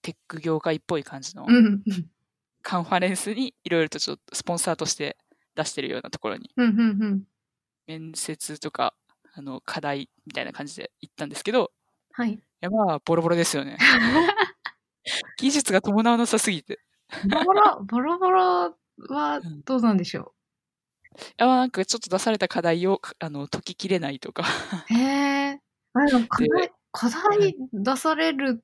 Speaker 1: テック業界っぽい感じの
Speaker 2: うん。
Speaker 1: カンファレンスにいろいろとちょっとスポンサーとして出してるようなところに、
Speaker 2: うんうんうん。
Speaker 1: 面接とか、あの、課題みたいな感じで行ったんですけど、
Speaker 2: はい。
Speaker 1: いやまあ、ボロボロですよね。技術が伴わなさすぎて。い
Speaker 2: ボロボロ、ボロボロはどうなんでしょ
Speaker 1: やまあなんかちょっと出された課題を、あの、解ききれないとか。
Speaker 2: う。へえ。あ、でも課題、課題出される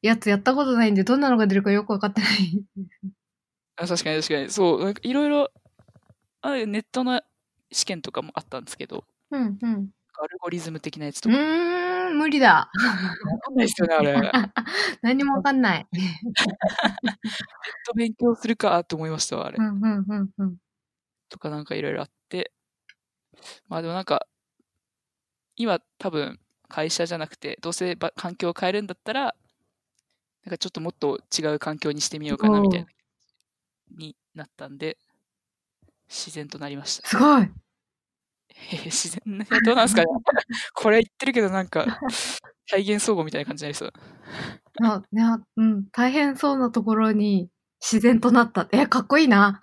Speaker 2: やつやったことないんで、どんなのが出るかよくわかってない。
Speaker 1: あ確かに確かに。そう、なんかいろいろ、あネットの試験とかもあったんですけど、
Speaker 2: うんうん。
Speaker 1: アルゴリズム的なやつ
Speaker 2: う
Speaker 1: とか、わ
Speaker 2: ーん、無理 だ。
Speaker 1: かんないですよね、あれ。ネッ
Speaker 2: 何もわかんない。
Speaker 1: ト勉強するかと思いましたわ、あれ
Speaker 2: う。んうんうんうん。
Speaker 1: とかなんかいろいろあって、まあでもなんか、今多分会社じゃなくて、どうせば環境を変えるんだったら、なんかちょっともっと違う環境にしてみようかな、
Speaker 2: おー
Speaker 1: みたいな、になったんで、自然となりました。
Speaker 2: すごい。
Speaker 1: えー自然な、 どうなんですかねこれ言ってるけどなんか、体現相互みたいな感じになりそう。
Speaker 2: あ、ね、あうん、大変そうなところに自然となった。え、かっこいいな。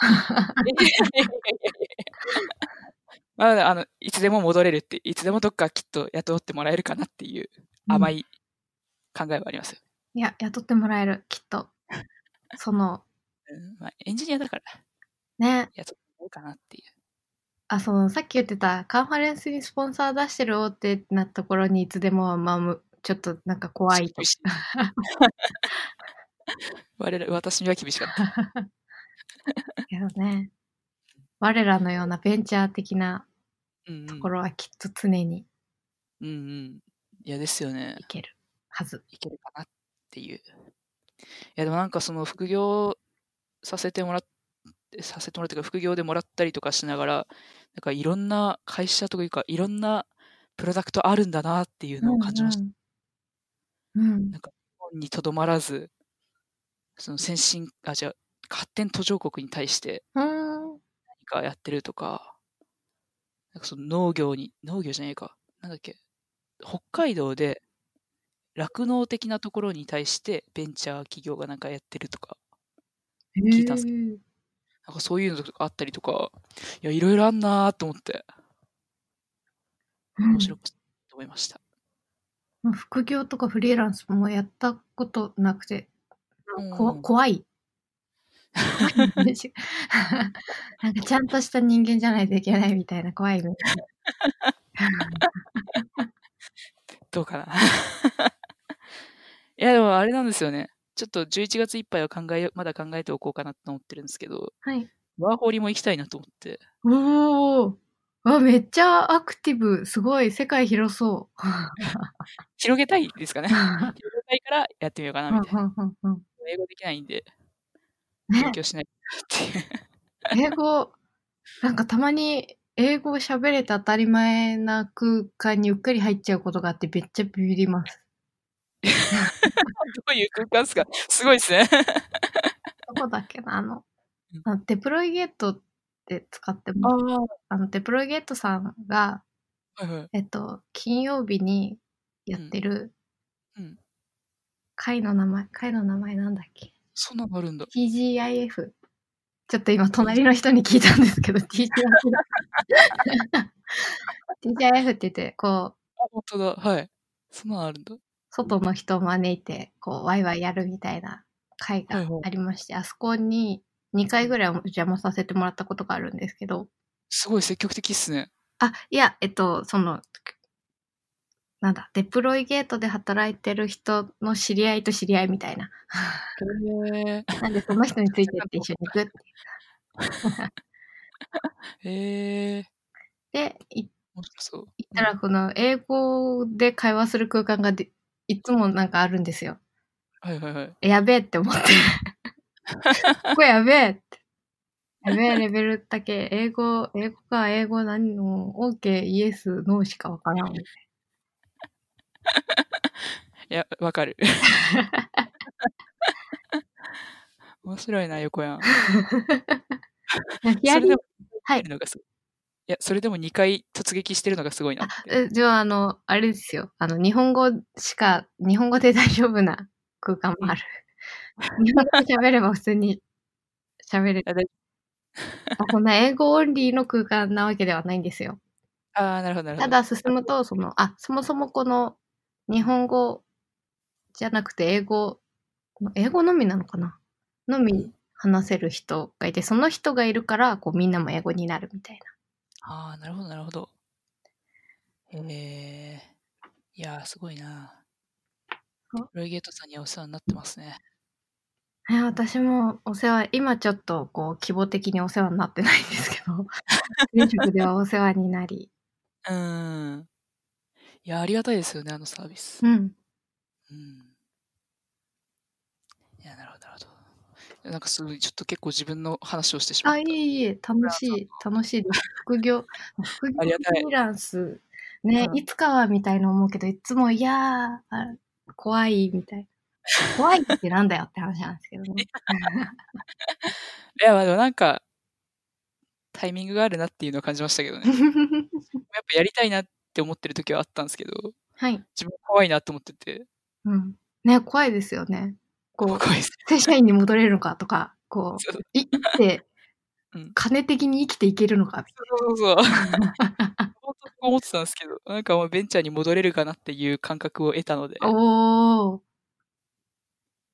Speaker 1: まあ、あの、いつでも戻れるって、いつでもどっかきっと雇ってもらえるかなっていう甘
Speaker 2: うん
Speaker 1: い考えはありますよ。
Speaker 2: いや、雇ってもらえる、きっと。その、
Speaker 1: うんまあ、エンジニアだから、
Speaker 2: ね、
Speaker 1: 雇ってもらえるかなっていう。
Speaker 2: あ、その、さっき言ってた、カンファレンスにスポンサー出してる大手なところにいつでも、まあ、むちょっとなんか怖いと
Speaker 1: 厳。しい 我ら、私には厳しかった。
Speaker 2: けどね。我らのようなベンチャー的な
Speaker 1: うんうん、
Speaker 2: ところはきっと常に
Speaker 1: うんうん。いや、ですよね。
Speaker 2: いけるはず。
Speaker 1: いけるかなっていう。いや、でもなんかその副業させてもらって、させてもらってか、副業でもらったりとかしながら、なんかいろんな会社とかいうか、いろんなプロダクトあるんだなっていうのを感じました。
Speaker 2: うんうん。うん。
Speaker 1: 日本にとどまらず、その先進、あ、じゃ発展途上国に対して
Speaker 2: うん。
Speaker 1: 何かやってるとか、なんかその農業に、農業じゃないか、なんだっけ、北海道で酪農的なところに対してベンチャー企業がなんかやってるとか、聞いたんす
Speaker 2: へー
Speaker 1: なんかそういうのとかあったりとか、いや、いろいろあんなーと思って、
Speaker 2: うん
Speaker 1: 面白く思いました。
Speaker 2: まあ副業とかフリーランスもやったことなくて、こ
Speaker 1: うん
Speaker 2: 怖い。なん かちゃんとした人間じゃないといけないみたいな怖いイメー ジ。
Speaker 1: どうかな。い や、でもあれなんですよね。ちょっと11月いっぱいは考えよ、まだ考えておこうかなと思ってるんですけど、
Speaker 2: はい。
Speaker 1: ワーホリも行きたいなと思って。
Speaker 2: おーわめっちゃアクティブ。すごい。世界広そう。
Speaker 1: 広げたいですかね。
Speaker 2: う
Speaker 1: 広
Speaker 2: ん
Speaker 1: げたいからやってみようかな、
Speaker 2: う
Speaker 1: み
Speaker 2: ん
Speaker 1: たいな。
Speaker 2: うんうん
Speaker 1: 英語できないんで、
Speaker 2: ね
Speaker 1: 勉、強しないとっていう。
Speaker 2: 英語、なんかたまに英語を喋れて当たり前な空間にうっかり入っちゃうことがあってめっちゃビビります。
Speaker 1: どういう空間ですかすごいですね。
Speaker 2: どこだっけなあの
Speaker 1: うん、
Speaker 2: あのデプロイゲートって使ってます
Speaker 1: ああ。
Speaker 2: あの、デプロイゲートさんが、
Speaker 1: はいはい。
Speaker 2: えっと、金曜日にやってる
Speaker 1: うんうん、
Speaker 2: 会の名前、会の名前なんだっけ
Speaker 1: そんなのあるんだ。
Speaker 2: ?TGIF。ちょっと今、隣の人に聞いたんですけど、TGIF。TGIF って言って、こう、
Speaker 1: あ、本当だ。はい。そんなのあるんだ。
Speaker 2: 外の人を招いて、こう、ワイワイやるみたいな会がありまして、あそこに2回ぐらいお邪魔させてもらったことがあるんですけど、
Speaker 1: すごい積極的っすね。
Speaker 2: あ、いや、えっと、その、なんだ、デプロイゲートで働いてる人の知り合いと知り合いみたい
Speaker 1: へ
Speaker 2: な。なんで、その人についてって一緒に行くっ
Speaker 1: え。
Speaker 2: て。
Speaker 1: へえ。
Speaker 2: で、行っ
Speaker 1: 面白そう。
Speaker 2: 行ったら、この英語で会話する空間がでいつもなんかあるんですよ。
Speaker 1: はいはいはい。
Speaker 2: やべえって思って。これやべえって。やべえレベルだけ、英語、英語か、英語何の、OK、イエス、ノーしかわからん。
Speaker 1: いや、わかる。 面白いな、横やん。
Speaker 2: ヒア
Speaker 1: それ
Speaker 2: リン
Speaker 1: で
Speaker 2: グ
Speaker 1: も、
Speaker 2: はい
Speaker 1: のがすいや、それでも2回突撃してるのがすごいなって。
Speaker 2: えじゃあ、あの、あれですよ。あの、日本語しか、日本語で大丈夫な空間もある。日本語で喋れば普通に喋れる。
Speaker 1: あ大丈
Speaker 2: あこんな英語オンリーの空間なわけではないんですよ。
Speaker 1: ああ、なるほど、なるほ
Speaker 2: た
Speaker 1: ど。
Speaker 2: だ進むと、その、あ、そもそもこの日本語じゃなくて英語、英語のみなのかなのみ話せる人がいて、その人がいるから、こうみんなも英語になるみたい
Speaker 1: ああ、なるほど、なるほど。えー、いやー、すごいな。ロイゲートさんにはお世話になってますね。
Speaker 2: な。え私もお世話、今ちょっとこう、希望的にお世話になってないんですけど、前職ではお世話になり、
Speaker 1: うーん。いや、ありがたいですよね、あのサービス。
Speaker 2: うん。
Speaker 1: うん。いや、なるほど、なるほどいや。なんかすごい、ちょっと結構自分の話をしてしまっ
Speaker 2: あ、
Speaker 1: た。
Speaker 2: いえいえ、楽しい、楽しいです。副業、副業
Speaker 1: ありがたい
Speaker 2: フリーランス、ね、
Speaker 1: うん
Speaker 2: いつかはみたいな思うけど、いつも、いやーあ、怖い、みたいな。怖いってなんだよって話なんですけど ね。
Speaker 1: いや、まあでもなんか、タイミングがあるなっていうのは感じましたけどね。やっぱやりたいなって思ってる時はあったんですけど、
Speaker 2: はい。
Speaker 1: 自分怖いなって思ってて、
Speaker 2: うん。ね、怖いですよね。こ
Speaker 1: 怖
Speaker 2: う、
Speaker 1: いです。
Speaker 2: 正社員に戻れるのかとか、こ
Speaker 1: そう
Speaker 2: う、い生きて
Speaker 1: うん、
Speaker 2: 金的に生きていけるのか。
Speaker 1: そう そうそう。本当に思ってたんですけど、なんかもうベンチャーに戻れるかなっていう感覚を得たので、
Speaker 2: おー。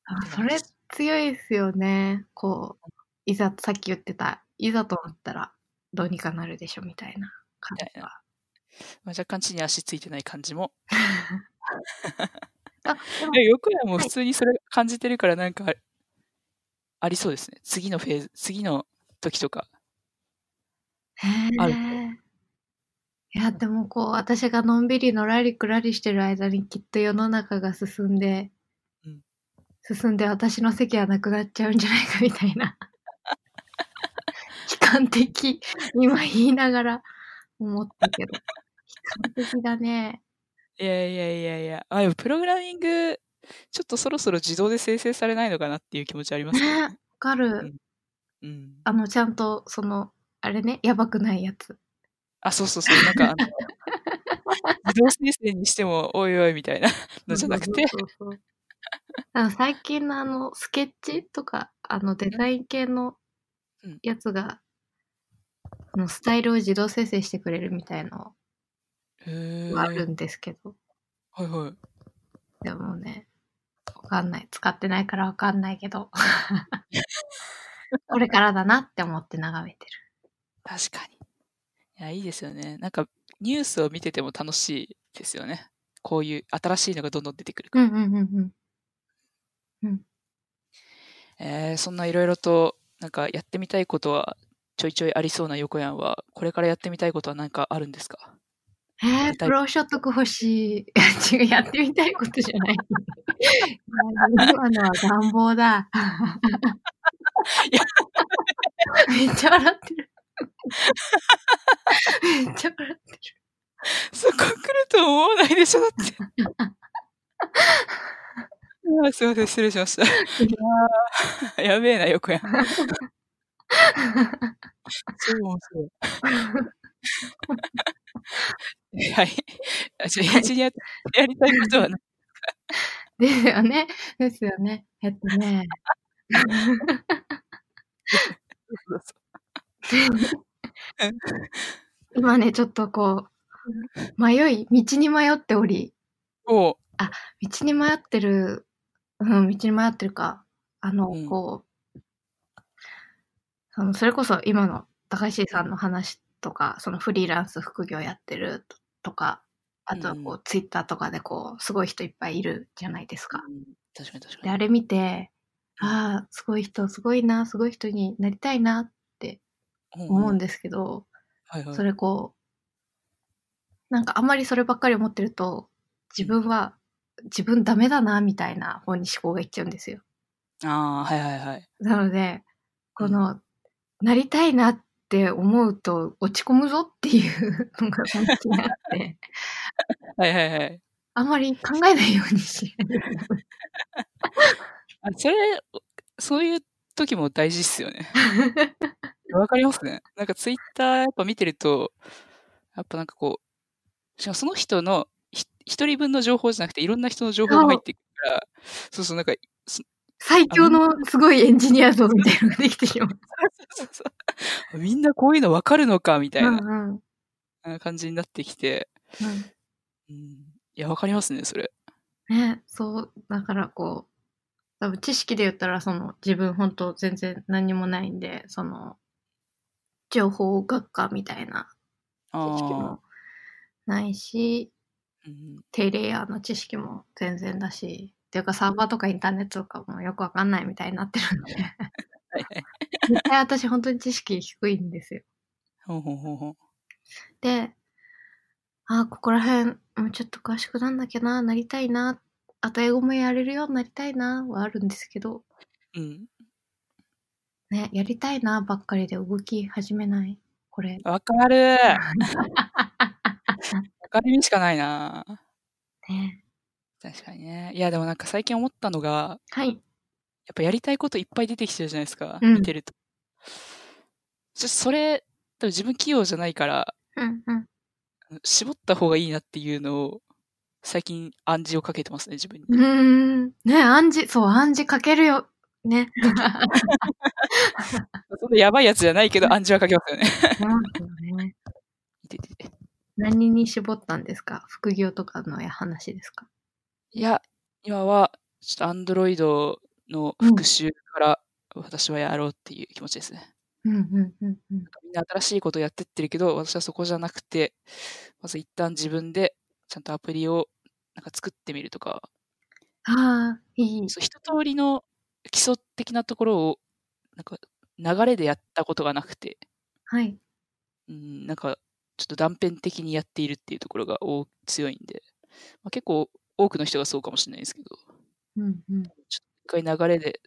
Speaker 2: あ、それ強いですよね。こう、いざ、さっき言ってた、いざとなったらどうにかなるでしょみたいな感じが。
Speaker 1: まあ、若干地に足ついてない感じも。
Speaker 2: あ、でも
Speaker 1: いやよくやもう普通にそれ感じてるから、なんかあ、ありそうですね。次のフェーズ、次の時とか。ある
Speaker 2: へえ。いや、でもこう、私がのんびりのらりくらりしてる間にきっと世の中が進んで、
Speaker 1: うん
Speaker 2: 進んで私の席はなくなっちゃうんじゃないかみたいな。 悲観的、今言いながら思ったけど。悲観的だね。
Speaker 1: いやいやいやいや、あ、でもプログラミング、ちょっとそろそろ自動で生成されないのかなっていう気持ちあります
Speaker 2: ね
Speaker 1: けど
Speaker 2: わか
Speaker 1: う
Speaker 2: る
Speaker 1: ん。うん。
Speaker 2: あの、ちゃんと、その、あれね、やばくないやつ。
Speaker 1: あ、そうそうそう、なんか、あの自動生成にしても、おいおいみたいなのじゃなくて、
Speaker 2: そうそう そうあの最近のあのスケッチとかあのデザイン系の
Speaker 1: うん
Speaker 2: やつが、あのスタイルを自動生成してくれるみたいの
Speaker 1: へー
Speaker 2: があるんですけど、
Speaker 1: はいはい。
Speaker 2: でもねわかんない使ってないからわかんないけど これからだなって思って眺めてる
Speaker 1: 確かに。いや、いいですよね。なんか、ニュースを見てても楽しいですよね。こういう新しいのがどんどん出てくるか
Speaker 2: うん
Speaker 1: ら。
Speaker 2: うんうんうん
Speaker 1: えーそんないろいろと、なんか、やってみたいことは、ちょいちょいありそうな横山は、これからやってみたいことは何かあるんですか
Speaker 2: え
Speaker 1: やり
Speaker 2: ー、
Speaker 1: たい
Speaker 2: プロ所得欲しい。 違う、やってみたいことじゃない。今のは願望だ。
Speaker 1: いや
Speaker 2: めっちゃ笑ってる。めっちゃ笑ってる。
Speaker 1: そこ来ると思わないでしょだって。 うわすいません、失礼しました。 やべえな、横やん。そう面白い。はい。あじゃあ、エンジニアやりたいことはな
Speaker 2: ですよね。ですよね。えっとね。今ね、ちょっとこう、迷い、道に迷っており、
Speaker 1: おう
Speaker 2: 道に迷ってる、うん、道に迷ってるか、あの、
Speaker 1: うん
Speaker 2: こう、そのそれこそ今の高橋さんの話とか、そのフリーランス副業やってるととか、あとはこ
Speaker 1: う
Speaker 2: う、ツイッターとかでこう、すごい人いっぱいいるじゃないですか。
Speaker 1: うん確かに確
Speaker 2: で、
Speaker 1: か
Speaker 2: あ
Speaker 1: に。
Speaker 2: れ見て、ああ、すごい人、すごいな、すごい人になりたいなって思うん
Speaker 1: で。
Speaker 2: ですけど、
Speaker 1: はいはい。
Speaker 2: それこう、なんかあんまりそればっかり思ってると、自分は、自分ダメだな、みたいな方に思考がいっちゃうんですよ。
Speaker 1: ああ、はいはいはい。
Speaker 2: なので、この、なりたいなって思うと落ち込むぞっていうのが最近あ って、
Speaker 1: はいはいはい。
Speaker 2: あんまり考えないようにしない。
Speaker 1: あそれ、そういう時も大事っすよね。わかりますね。なんかツイッターやっぱ見てると、やっぱなんかこう、しかもその人のひ一人分の情報じゃなくていろんな人の情報が入ってくるから、そうそうなんか、そ
Speaker 2: 最強のすごいエンジニア像みたいなのができてしまう。
Speaker 1: そうそう みんなこういうのわかるのかみたい
Speaker 2: うん
Speaker 1: な
Speaker 2: うんうん。
Speaker 1: 感じになってきて、うん、いや、わかりますね、それ。
Speaker 2: ね、そう、だからこう、多分知識で言ったら、その自分本当全然何もないんで、その、情報学科みたいな知識
Speaker 1: ああ、
Speaker 2: もないし、
Speaker 1: うん、
Speaker 2: 低レイヤーの知識も全然だし、っていうかサーバーとかインターネットとかもよくわかんないみたいになってるんで、
Speaker 1: はいはい。
Speaker 2: 絶対私本当に知識低いんですよ。
Speaker 1: ほうほうほうほう。
Speaker 2: で、あーここら辺、もうちょっと詳しくなんなきゃな、なりたいな、あと英語もやれるようになりたいな、はあるんですけど、
Speaker 1: うん。
Speaker 2: ね、やりたいなばっかりで動き始めない。これ。
Speaker 1: わか るわかるにしかないな
Speaker 2: ね。
Speaker 1: 確かにね。いや、でもなんか最近思ったのが、
Speaker 2: はい。
Speaker 1: やっぱやりたいこといっぱい出てきてるじゃないですか。
Speaker 2: うん
Speaker 1: 見てると。ちょっとそれ、多分自分器用じゃないから、
Speaker 2: うんうん。
Speaker 1: 絞った方がいいなっていうのを、最近暗示をかけてますね、自分に。
Speaker 2: うーん。ね、暗示、そう、暗示かけるよ。ね。
Speaker 1: そんなやばいやつじゃないけど、暗示はかけますよね。
Speaker 2: ね
Speaker 1: いててて
Speaker 2: 何に絞ったんですか副業とかの話ですか
Speaker 1: いや、今は、ちょっとアンドロイドの復習から、私はやろうっていう気持ちですね。
Speaker 2: うんうんうんうん。
Speaker 1: みんな新しいことやってってるけど、私はそこじゃなくて、まず一旦自分でちゃんとアプリをなんか作ってみるとか、
Speaker 2: ああ、いい。
Speaker 1: そう一通りの基礎的なところを、なんか流れでやったことがなくて、
Speaker 2: はい。
Speaker 1: うん、なんかちょっと断片的にやっているっていうところが大強いんで、まあ、結構多くの人がそうかもしれないですけど、
Speaker 2: うんうん。
Speaker 1: 一回流れで、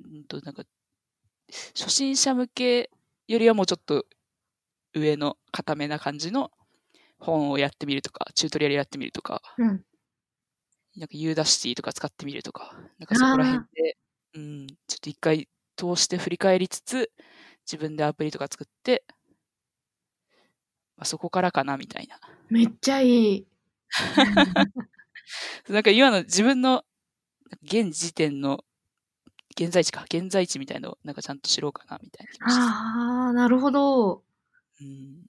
Speaker 1: うんと、なんか、初心者向けよりはもうちょっと上の固めな感じの本をやってみるとか、チュートリアルやってみるとか、
Speaker 2: うん。
Speaker 1: なんかユーダシティとか使ってみるとか、なんかそこら辺で、うん、ちょっと一回通して振り返りつつ、自分でアプリとか作って、まあ、そこからかなみたいな。
Speaker 2: めっちゃいい。
Speaker 1: なんか今の自分の現時点の現在地か、現在地みたいのをなんかちゃんと知ろうかなみたいな気持ちです
Speaker 2: ああ、なるほど。
Speaker 1: うん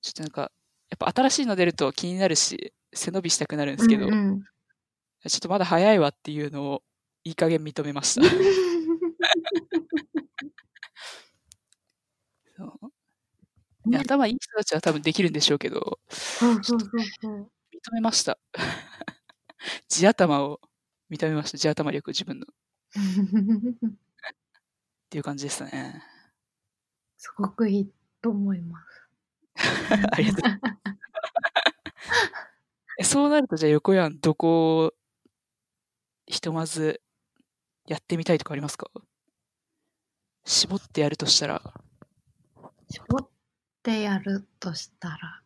Speaker 1: ちょっとなんか、やっぱ新しいの出ると気になるし、背伸びしたくなるんですけど、
Speaker 2: うん うん
Speaker 1: ちょっとまだ早いわっていうのをいい加減認めました。そうで
Speaker 2: ね
Speaker 1: 頭いい人たちは多分できるんでしょうけど、
Speaker 2: そうそうそうそう。
Speaker 1: 認めました。 地頭を認めました。地頭力自分の。っていう感じでしたね。
Speaker 2: すごくいいと思います。
Speaker 1: ありがとうございますえ。そうなると、じゃあ横山、どこをひとまずやってみたいとかありますか絞ってやるとしたら。
Speaker 2: 絞ってやるとしたら、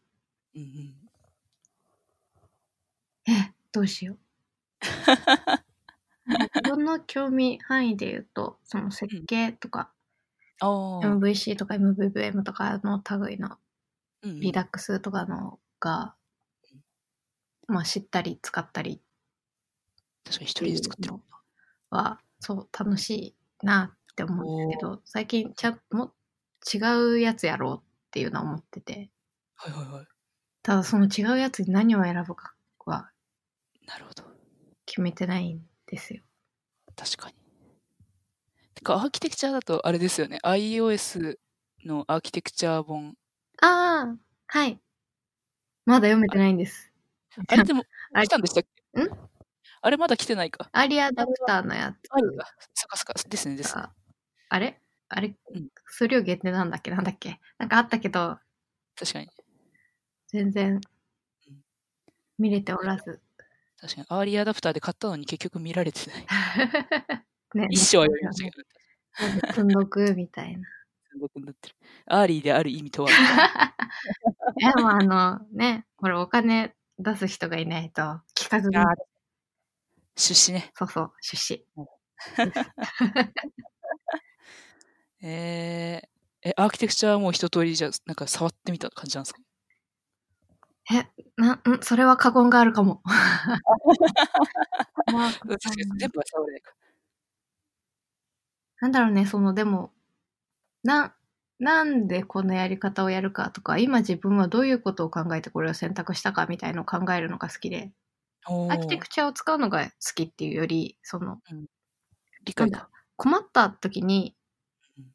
Speaker 1: うんうん、
Speaker 2: え、どうしよう。 自分の興味範囲で言うと、その設計とか、
Speaker 1: ああ。
Speaker 2: MVC とか MVVM とかの類の
Speaker 1: うんうん
Speaker 2: Redux とかのが、まあ知ったり使ったりっ
Speaker 1: 確かに一
Speaker 2: て
Speaker 1: 人
Speaker 2: い
Speaker 1: で作って
Speaker 2: う
Speaker 1: る。
Speaker 2: のは、そう、楽しいなって思うんですけど、最近ちゃんも違うやつやろうっていうのは思ってて、
Speaker 1: はいはいはい。
Speaker 2: ただその違うやつに何を選ぶかは
Speaker 1: なるほど。
Speaker 2: 決めてないんですよ。
Speaker 1: 確かに。てか、アーキテクチャだとあれですよね。iOS のアーキテクチャ本。
Speaker 2: ああ、はい。まだ読めてないんです。
Speaker 1: あれでも、
Speaker 2: あ
Speaker 1: 来たんでしたっけ
Speaker 2: ん
Speaker 1: あれまだ来てないか。
Speaker 2: アーリーアダプターのや
Speaker 1: あるか。そっかそっか。ですね、で
Speaker 2: つ
Speaker 1: すね。
Speaker 2: が、あれあれ
Speaker 1: うん
Speaker 2: 数量限定なんだっけなんだっけなんかあったけど、
Speaker 1: 確かに。
Speaker 2: 全然見れておら ず。
Speaker 1: 確かに。アーリーアダプターで買ったのに結局見られてない。
Speaker 2: ね、
Speaker 1: 一生は読みましたけど。
Speaker 2: 積んどくみたいな。
Speaker 1: 僕になってる。アーリーである意味とは。
Speaker 2: いや、まあ、あの、ね、これお金出す人がいないと、企画
Speaker 1: あ
Speaker 2: が、
Speaker 1: 出資ね。
Speaker 2: そうそう、出資。
Speaker 1: えーえ、アーキテクチャはもう一通りじゃ、なんか触ってみた感じなんですか
Speaker 2: な、んそれは過言があるか も。まあ
Speaker 1: 確かに全部は触れないか。
Speaker 2: なんだろうね、その、でも、な、なんでこのやり方をやるかとか、今自分はどういうことを考えてこれを選択したかみたいのを考えるのが好きで、
Speaker 1: お
Speaker 2: アーキテ
Speaker 1: ー
Speaker 2: クチャを使うのが好きっていうより、その、
Speaker 1: 理
Speaker 2: なん
Speaker 1: 解
Speaker 2: だ
Speaker 1: だ。
Speaker 2: 困った時に
Speaker 1: うん、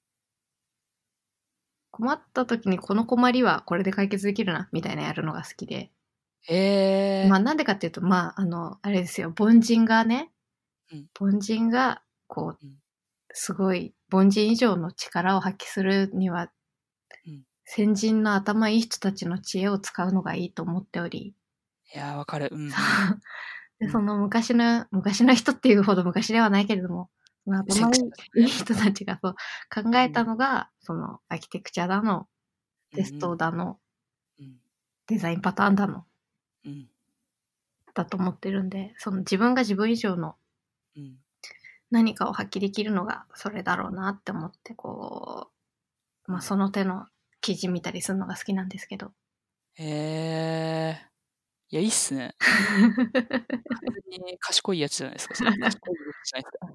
Speaker 2: 困った時にこの困りはこれで解決できるな、みたいなやるのが好きで。
Speaker 1: えー、
Speaker 2: まあなんでかっていうと、まああの、あれですよ、凡人がね
Speaker 1: うん、
Speaker 2: 凡人が、こ
Speaker 1: う
Speaker 2: う
Speaker 1: ん、
Speaker 2: すごい、凡人以上の力を発揮するには
Speaker 1: うん、
Speaker 2: 先人の頭いい人たちの知恵を使うのがいいと思っており、
Speaker 1: いやー、わかる。うん。う
Speaker 2: で、
Speaker 1: ん
Speaker 2: その昔の、昔の人っていうほど昔ではないけれども、まあ、頭のいい人たちがそう考えたのが、そのアーキテクチャだの、テストだの、
Speaker 1: うん。
Speaker 2: デザインパターンだの、
Speaker 1: うん。
Speaker 2: だと思ってるんで、その自分が自分以上の
Speaker 1: うん。
Speaker 2: 何かを発揮できるのがそれだろうなって思って、こう、まあその手の記事見たりするのが好きなんです けど。
Speaker 1: えー。いや、いいっすね。完全に賢いやつじゃないですか。それ賢いやつじゃないですか。
Speaker 2: い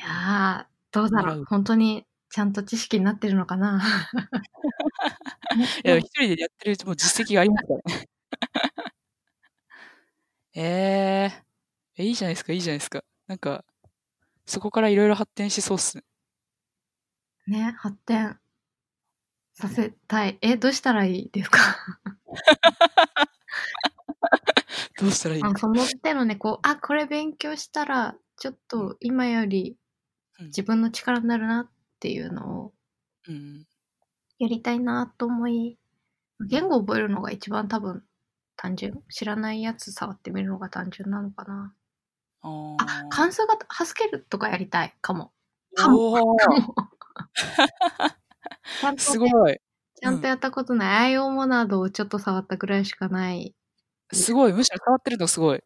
Speaker 2: やー、どうだ
Speaker 1: もら
Speaker 2: ろ
Speaker 1: う
Speaker 2: う。本当にちゃんと知識になってるのかな。
Speaker 1: いや、一人でやってるもう実績がありますからね。 えーえ、いいじゃないですか、いいじゃないですか。なんか、そこからいろいろ発展しそうっすね。
Speaker 2: ね、発展させたい。え、どうしたらいいですか
Speaker 1: どうしたらいい
Speaker 2: あ
Speaker 1: か。
Speaker 2: その手のね、こう、あ、これ勉強したら、ちょっと今より
Speaker 1: うん
Speaker 2: 自分の力になるなっていうのを
Speaker 1: うん。
Speaker 2: やりたいなと思い、言語を覚えるのが一番多分単純。知らないやつ触ってみるのが単純なのかな。
Speaker 1: あ
Speaker 2: あ、関数型、ハスケルとかやりたいかも。
Speaker 1: ーお
Speaker 2: か
Speaker 1: ー
Speaker 2: も。ちゃんと
Speaker 1: す
Speaker 2: ね、
Speaker 1: ごい。
Speaker 2: ちゃんとやったことない。IO モナードをちょっと触ったぐらいしかない。
Speaker 1: すごい。むしろ変わってるのすごい。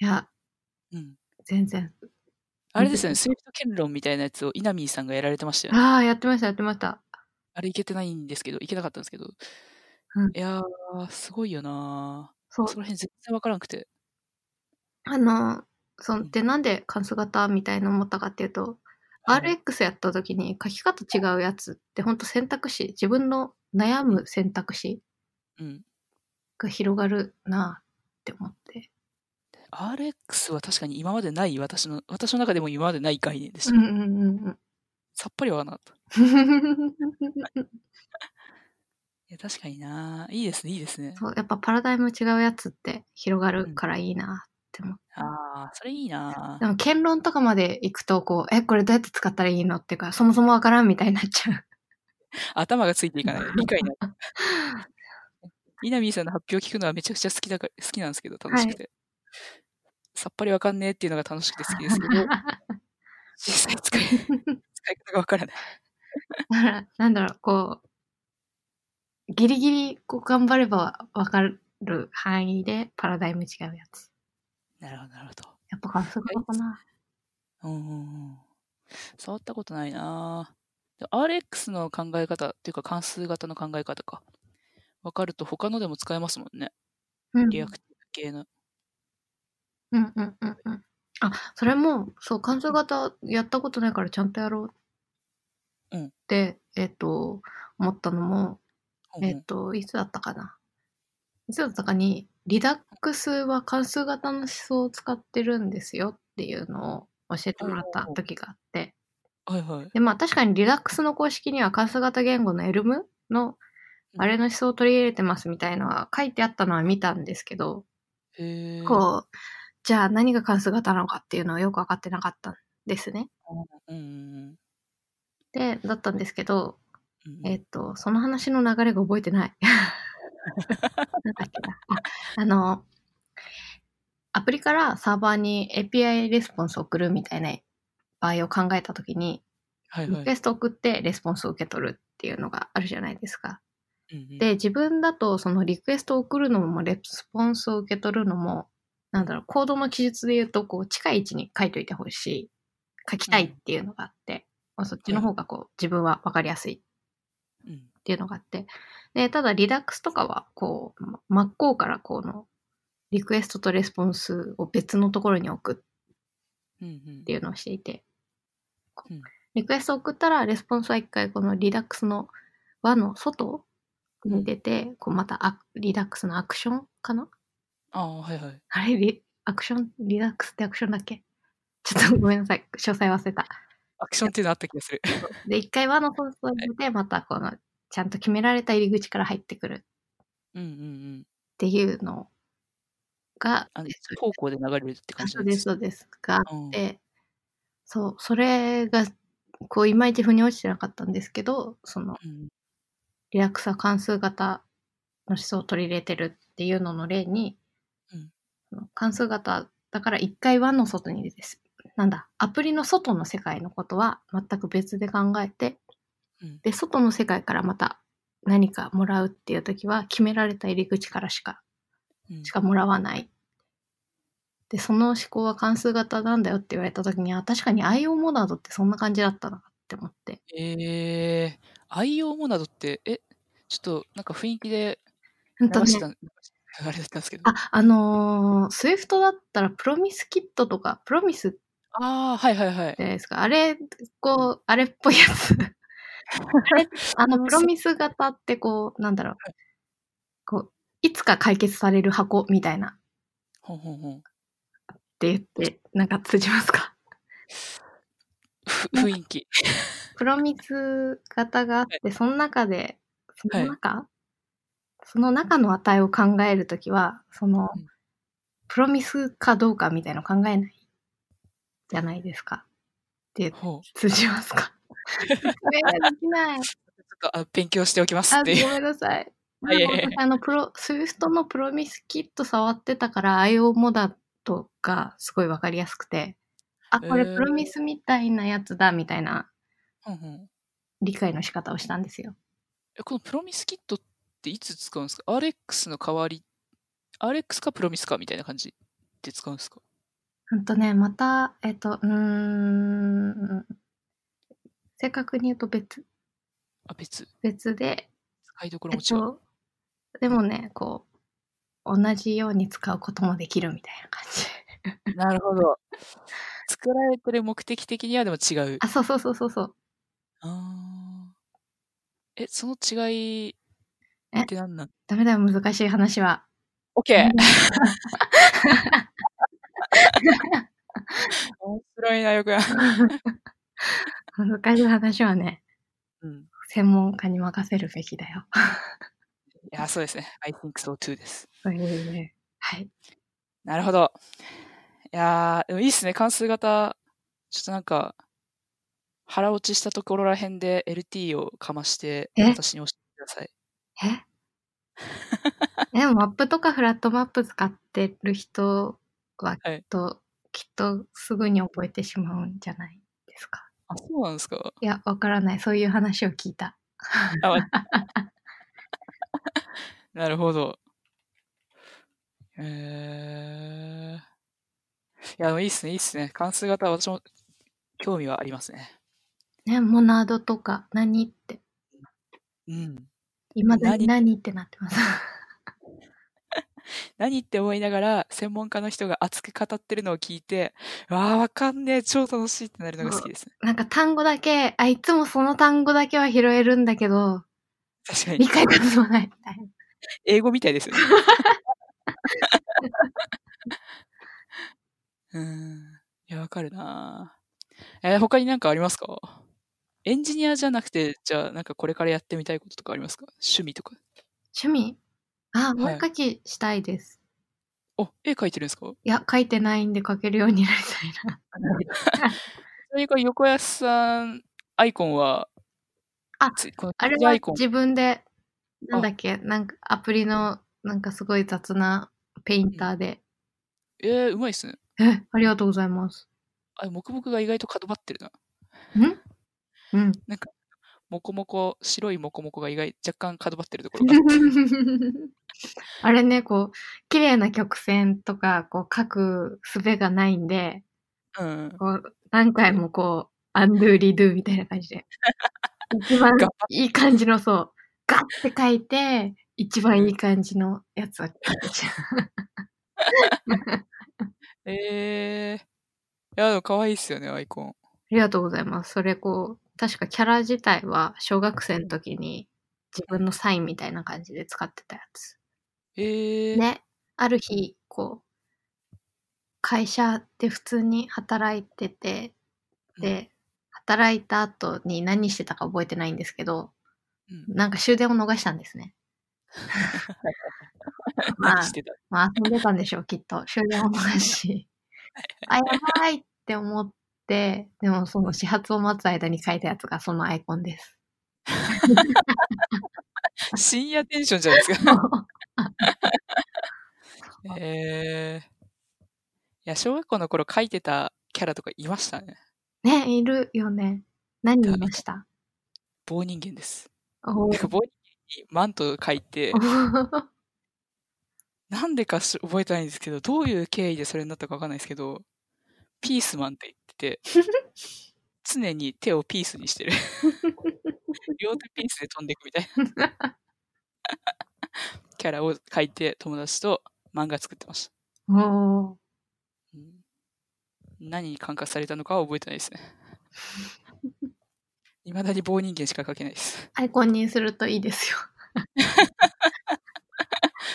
Speaker 2: いや、
Speaker 1: うん。
Speaker 2: 全然。
Speaker 1: あれですよね、スイフト権論みたいなやつをイナミーさんがやられてましたよね。
Speaker 2: ああ、やってました、やってました。
Speaker 1: あれいけてないんですけど、いけなかったんですけど。
Speaker 2: うん
Speaker 1: いやー、すごいよな
Speaker 2: そう
Speaker 1: ー。そ。の辺全然わからなくて。
Speaker 2: あの、そ
Speaker 1: うん
Speaker 2: んで、なんで関数型みたいな思ったかっていうと、
Speaker 1: はい
Speaker 2: RX やった時に書き方違うやつって本当選択肢、自分の悩む選択肢
Speaker 1: うん。
Speaker 2: が広がるなって思って。
Speaker 1: RX は確かに今までない、私の、私の中でも今までない概念でし
Speaker 2: う
Speaker 1: た。
Speaker 2: んうんうん
Speaker 1: さっぱりわからなかった。
Speaker 2: うん。
Speaker 1: いや、確かにないいですね、いいですね。
Speaker 2: そう、やっぱパラダイム違うやつって広がるからいいなって思って。
Speaker 1: ああ、それいいな
Speaker 2: でも、言論とかまで行くと、こう、え、これどうやって使ったらいいのっていうか、そもそもわからんみたいになっちゃう。
Speaker 1: 頭がついていかない。理解 になる。イナミーさんの発表を聞くのはめちゃくちゃ好きだから、好きなんですけど、楽しくて。さっぱりわかんねえっていうのが楽しくて好き ですけど、実際使い、使い方がわからない。
Speaker 2: だから、 なんだろう、こう、ギリギリ、こう、頑張ればわかる範囲で、パラダイム違うやつ。
Speaker 1: なるほど、なるほど。
Speaker 2: やっぱ感想がかな。
Speaker 1: うんうんうん。触ったことないなぁ。RX の考え方っていうか関数型の考え方か。わかると他のでも使えますもんね。
Speaker 2: うん。
Speaker 1: リアクティブ系の。
Speaker 2: うんうんうんうん。あ、それも、そう、関数型やったことないからちゃんとやろ
Speaker 1: う
Speaker 2: う
Speaker 1: ん
Speaker 2: って、えっ、と、思ったのも、
Speaker 1: うんうん
Speaker 2: えっ、と、いつだったかな。いつだったかに、リダックスは関数型の思想を使ってるんですよっていうのを教えてもらった時があって、
Speaker 1: はいはい。
Speaker 2: で、まあ確かにリダックスの公式には関数型言語のエルムのあれの思想を取り入れてますみたいのは書いてあったのは見たんですけど、
Speaker 1: へー
Speaker 2: こう、じゃあ何が関数型なのかっていうのはよくわかってなかったんですね。
Speaker 1: うんうん
Speaker 2: で、だったんですけど、
Speaker 1: うんうん。
Speaker 2: えっと、その話の流れが覚えてない。なんだっけな。あ、あの、アプリからサーバーに API レスポンスを送るみたいな場合を考えたときに、
Speaker 1: はい
Speaker 2: リ
Speaker 1: は
Speaker 2: クエ
Speaker 1: い。
Speaker 2: スト送ってレスポンスを受け取るっていうのがあるじゃないですか。
Speaker 1: うんうん
Speaker 2: で、自分だとそのリクエストを送るのもレスポンスを受け取るのも、なんだろう、コードの記述で言うと、こう、近い位置に書いといてほしい。書きたいっていうのがあって、まあそっちの方がこう、自分はわかりやすい
Speaker 1: うん
Speaker 2: っていうのがあって。で、ただ Redux とかは、こう、ま真っ向からこの、リクエストとレスポンスを別のところに置く
Speaker 1: うんうん
Speaker 2: っていうのをしていて、こう
Speaker 1: うん
Speaker 2: リクエストを送ったら、レスポンスは一回この Redux の輪の外に出て、こうまたア Redux のアクションかな
Speaker 1: ああ、はいはい。
Speaker 2: あれリ、アクション、Redux ってアクションだっけちょっとごめんなさい。詳細忘れた。
Speaker 1: アクションっていうのあった気がする。
Speaker 2: で、一回輪の外に出て、またこの、ちゃんと決められた入り口から入ってくる
Speaker 1: うんうんうん。
Speaker 2: っていうのが、
Speaker 1: あの
Speaker 2: えっと
Speaker 1: 一方向で流れるって感じ
Speaker 2: そ
Speaker 1: な
Speaker 2: うん
Speaker 1: で
Speaker 2: ですす、そうです。があ
Speaker 1: うん
Speaker 2: って、そう、それが、こう、いまいち腑に落ちてなかったんですけど、その、
Speaker 1: うん
Speaker 2: リラックスは関数型の思想を取り入れてるっていうのの例に、
Speaker 1: うん
Speaker 2: その関数型だから一回輪の外に出てす。なんだ、アプリの外の世界のことは全く別で考えて、
Speaker 1: うん
Speaker 2: で、外の世界からまた何かもらうっていう時は、決められた入り口からしか
Speaker 1: うん
Speaker 2: しかもらわない。で、その思考は関数型なんだよって言われた時に、あ、確かに IO モダードってそんな感じだったなって思って。
Speaker 1: えー、IO モナドって、え、ちょっとなんか雰囲気で
Speaker 2: ほんと
Speaker 1: 流して
Speaker 2: ね。
Speaker 1: た、あれだったんですけど。あ
Speaker 2: あ、あのー、Swift だったらプロミスキットとか、プロミスって
Speaker 1: あー、はいはいはい
Speaker 2: じ。ゃないですか。あれ、こう、あれっぽいやつ。あれ、あの、プロミス型ってこう、なんだろう。こう、いつか解決される箱みたいな
Speaker 1: ほんほんほん。
Speaker 2: って言って、なんか通じますか
Speaker 1: ふ雰囲気。
Speaker 2: プロミス型があって、その中で、その中、その中の値を考えるときは、その
Speaker 1: うん、
Speaker 2: プロミスかどうかみたいなの考えないじゃないですか。って
Speaker 1: ほう。
Speaker 2: 通じます か説明ができない。
Speaker 1: ちょっとあ勉強しておきます
Speaker 2: あ、
Speaker 1: っ
Speaker 2: ご
Speaker 1: ていう。
Speaker 2: めんなさい。
Speaker 1: あいえいえ
Speaker 2: あの、プロ、スイフトのプロミスキット触ってたから、IO モダとかすごいわかりやすくて、あ、これ
Speaker 1: へー
Speaker 2: プロミスみたいなやつだ、みたいな
Speaker 1: ほんほん
Speaker 2: 理解の仕方をしたんですよ。
Speaker 1: えこのプロミスキットっていつ使うんですか ?RX の代わり、RX かプロミスかみたいな感じで使うんですか
Speaker 2: うんとね、また、えっと、うーん、正確に言うと別、
Speaker 1: あ、別。
Speaker 2: 別で、
Speaker 1: 使いどころ
Speaker 2: え
Speaker 1: も違
Speaker 2: っ
Speaker 1: う。
Speaker 2: と、でもね、こう、同じように使うこともできるみたいな感じ。
Speaker 1: なるほど。作られてる目的的にはでも違う。
Speaker 2: あ、そうそうそうそうそう。
Speaker 1: あーえ、その違い
Speaker 2: え
Speaker 1: って何なん
Speaker 2: ダメだよ、難しい話は。
Speaker 1: ?OK! 面白いな、よくや。
Speaker 2: 難しい話はね、
Speaker 1: うん。
Speaker 2: 専門家に任せるべきだよ。
Speaker 1: いや、そうですね。I think so too です。
Speaker 2: そういうねはい。
Speaker 1: なるほど。いやー、でもいいっすね。関数型、ちょっとなんか、腹落ちしたところら辺で LT をかまして、
Speaker 2: え
Speaker 1: 私に教えてください。
Speaker 2: えでも、マップとかフラットマップ使ってる人は、きっと、きっとすぐに覚えてしまうんじゃないですか。
Speaker 1: あ、そうなんですか。
Speaker 2: いや、わからない。そういう話を聞いた。
Speaker 1: あわ なるほど。えー。いや、でもいいっすね、いいっすね。関数型は私も興味はありますね。
Speaker 2: ね、モナードとか何って、
Speaker 1: うん。
Speaker 2: いまだに
Speaker 1: 何
Speaker 2: 何ってなってます。
Speaker 1: 何って思いながら、専門家の人が熱く語ってるのを聞いて、わあ、わかんねえ、超楽しいってなるのが好きですね。
Speaker 2: なんか単語だけ、あ、いつもその単語だけは拾えるんだけど、
Speaker 1: 確か
Speaker 2: 理
Speaker 1: に。
Speaker 2: 解が進まないみたいな。
Speaker 1: 英語みたいですよね。うん。いや、わかるなえー他になんかありますかエンジニアじゃなくて、じゃあ、なんかこれからやってみたいこととかありますか趣味とか。
Speaker 2: 趣味あ、
Speaker 1: は
Speaker 2: も
Speaker 1: いう
Speaker 2: 書きしたいです。
Speaker 1: お、絵描いてるんですか
Speaker 2: いや、書いてないんで書けるようになりたいな。
Speaker 1: それから横安さん、アイコンは、
Speaker 2: あ
Speaker 1: つこの
Speaker 2: あれ
Speaker 1: ア
Speaker 2: は
Speaker 1: イコン。
Speaker 2: 自分で、なんだっけ、なんかアプリの、なんかすごい雑なペインターで。
Speaker 1: えー、うまいっすね。
Speaker 2: え、ありがとうございます。
Speaker 1: あ、黙々が意外と角張ってるな。
Speaker 2: うん。
Speaker 1: もこもこ、白いもこもこが意外、若干角張ってるところ が。
Speaker 2: あれね、こう、綺麗な曲線とか、こう、書く術がないんで、
Speaker 1: うん。
Speaker 2: こう、何回もこう、アンドゥーリドゥみたいな感じで。一番
Speaker 1: 頑張
Speaker 2: いい感じの、そう、ガッて書いて、一番いい感じのやつを。
Speaker 1: えー。いや、でも可愛いっすよね、アイコン。
Speaker 2: ありがとうございます。それこう、確かキャラ自体は小学生の時に自分のサインみたいな感じで使ってたやつ。
Speaker 1: えー。
Speaker 2: で、ある日、こう、会社で普通に働いてて、で、働いた後に何してたか覚えてないんですけど、
Speaker 1: うん、
Speaker 2: なんか終電を逃したんですね。 まあ
Speaker 1: 何してた
Speaker 2: まあ遊んでたんでしょう、きっ と。終電を逃 し。あ、やばいって思って、でもその始発を待つ間に書いたやつがそのアイコンです。
Speaker 1: 深夜テンションじゃない ですか。えー。いや、小学校の頃描いてたキャラとかいましたね。
Speaker 2: ね、いるよね。何言いました
Speaker 1: 棒人間です。
Speaker 2: お
Speaker 1: なんか
Speaker 2: ー
Speaker 1: 棒人間にマント描いて、なんでかし覚えてないんですけど、どういう経緯でそれになったかわかんないですけど、ピースマンって言ってて、常に手をピースにしてる。両手ピースで飛んでいくみたいな。 キャラを描いて友達と漫画作ってました。
Speaker 2: おー
Speaker 1: うん何に感化されたのかは覚えてないですね。いまだに棒人間しか描けないです。
Speaker 2: アイコンにするといいですよ。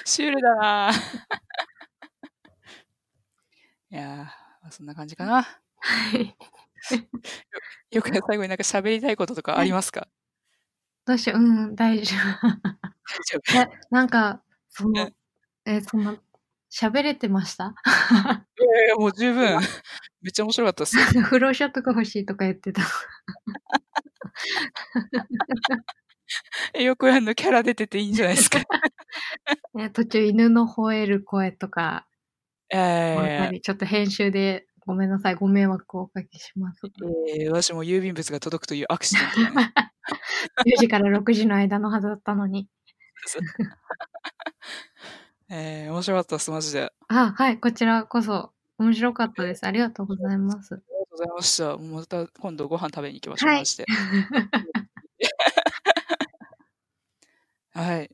Speaker 1: シュールだなぁ いやーまあ、そんな感じかな。
Speaker 2: はい。
Speaker 1: よく最後になんか喋りたいこととかありますか
Speaker 2: どうしよう。うん、大丈
Speaker 1: 大丈
Speaker 2: 夫。えなんか、その
Speaker 1: え、
Speaker 2: え、その、喋れてました
Speaker 1: 夫いやいやもう十分。 めっちゃ面白かったっすよ。
Speaker 2: 不労所得欲しいとか言ってた。
Speaker 1: えよくやんのキャラ出てていいんじゃないですか。
Speaker 2: ね、途中、犬の吠える声とか、
Speaker 1: え
Speaker 2: やっぱ
Speaker 1: ー、
Speaker 2: りちょっと編集で、ごめんなさい、ご迷惑をおかけします。
Speaker 1: えー私も郵便物が届くというアクシデントがね、
Speaker 2: 10時から6時の間のはずだったのに。
Speaker 1: えー面白かったっす、マジで。あり
Speaker 2: あ、はい、こちらこそ、面白かったです。ありがとうございます。
Speaker 1: がとうございました。また今度ご飯食べに行きましょう、
Speaker 2: はい
Speaker 1: マジ で。はい。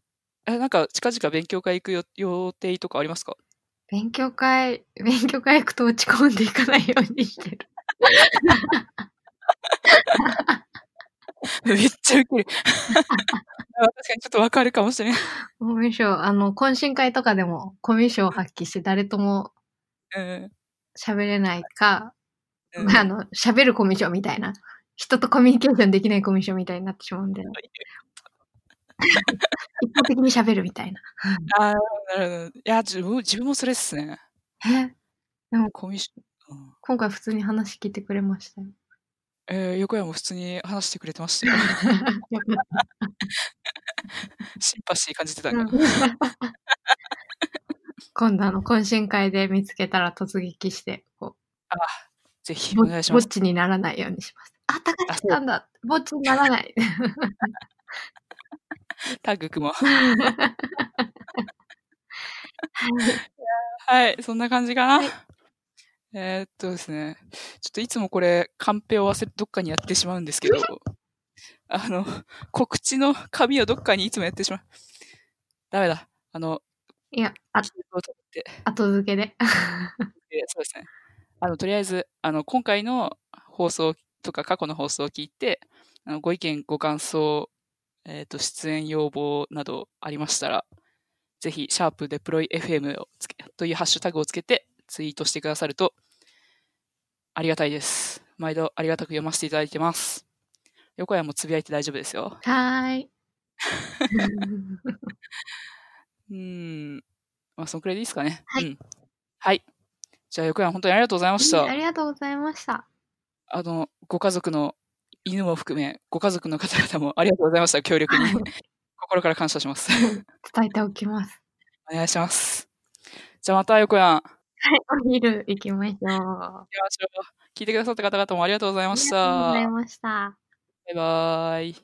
Speaker 1: え、なんか、近々勉強会行く予予定とかありますか
Speaker 2: 勉強会、 勉強会行くと落ち込んでいかないようにしてる。
Speaker 1: めっちゃウケる。 あ確かにちょっとわかるかもしれない。
Speaker 2: コミュ障、あの、懇親会とかでもコミュ障を発揮して誰とも
Speaker 1: うん
Speaker 2: 喋れないか、
Speaker 1: うん
Speaker 2: あの、喋るコミュ障みたいな。人とコミュニケーションできないコミュ障みたいになってしまうんで。 一方的に喋るみたいな。
Speaker 1: ああ、なるほど。いや、自分自分もそれっすね。
Speaker 2: え、
Speaker 1: コミュ障うん
Speaker 2: 今回普通に話聞いてくれましたよ。
Speaker 1: えー横山も普通に話してくれてました よ。
Speaker 2: よかっ
Speaker 1: シンパシー感じてた
Speaker 2: た
Speaker 1: んかな。
Speaker 2: 今度あの、懇親会で見つけたら突撃して、こう、
Speaker 1: ぜひ
Speaker 2: ぼ
Speaker 1: お願いし
Speaker 2: ぼ
Speaker 1: ま
Speaker 2: っ
Speaker 1: す。
Speaker 2: ちにならないようにします。あ、高橋さんだぼっちにならない。
Speaker 1: タッグ組もう。 はい、そんな感じかな。えーっとですね、ちょっといつもこれ、カンペを忘れ、どっかにやってしまうんですけど、 あの、告知の紙をどっかにいつもやってしまう。ダメだ。あ の、
Speaker 2: いや、あ
Speaker 1: ちょっと待って
Speaker 2: 後付けで。
Speaker 1: でそうですね。あの、とりあえず、あの、今回の放送とか過去の放送を聞いて、あのご意見、ご感想、えっ、と、出演要望などありましたら、ぜひ、シャープデプロイ FM をつけというハッシュタグをつけてツイートしてくださると、ありがたいです。毎度ありがたく読ませていただいてます。横山もつぶやいて大丈夫ですよ。
Speaker 2: はー い。
Speaker 1: うーん。まあ、そのくらいでいいですかね。
Speaker 2: はい
Speaker 1: うん。はい。じゃあ、横山本当にありがとうございました。
Speaker 2: ありがとうございました。
Speaker 1: あの、ご家族の、犬も含め、ご家族の方々もありがとうございました、協力に
Speaker 2: はい。
Speaker 1: 心から感謝します。
Speaker 2: 伝えておきます。
Speaker 1: お願いします。じゃあまた、横山、行
Speaker 2: はい、お昼行きましょう。あ
Speaker 1: きましょう。聞いてくださった方々もありがとうございま
Speaker 2: り
Speaker 1: し
Speaker 2: がと
Speaker 1: た。
Speaker 2: うござ
Speaker 1: バ
Speaker 2: い
Speaker 1: イ
Speaker 2: ました。
Speaker 1: バーイ。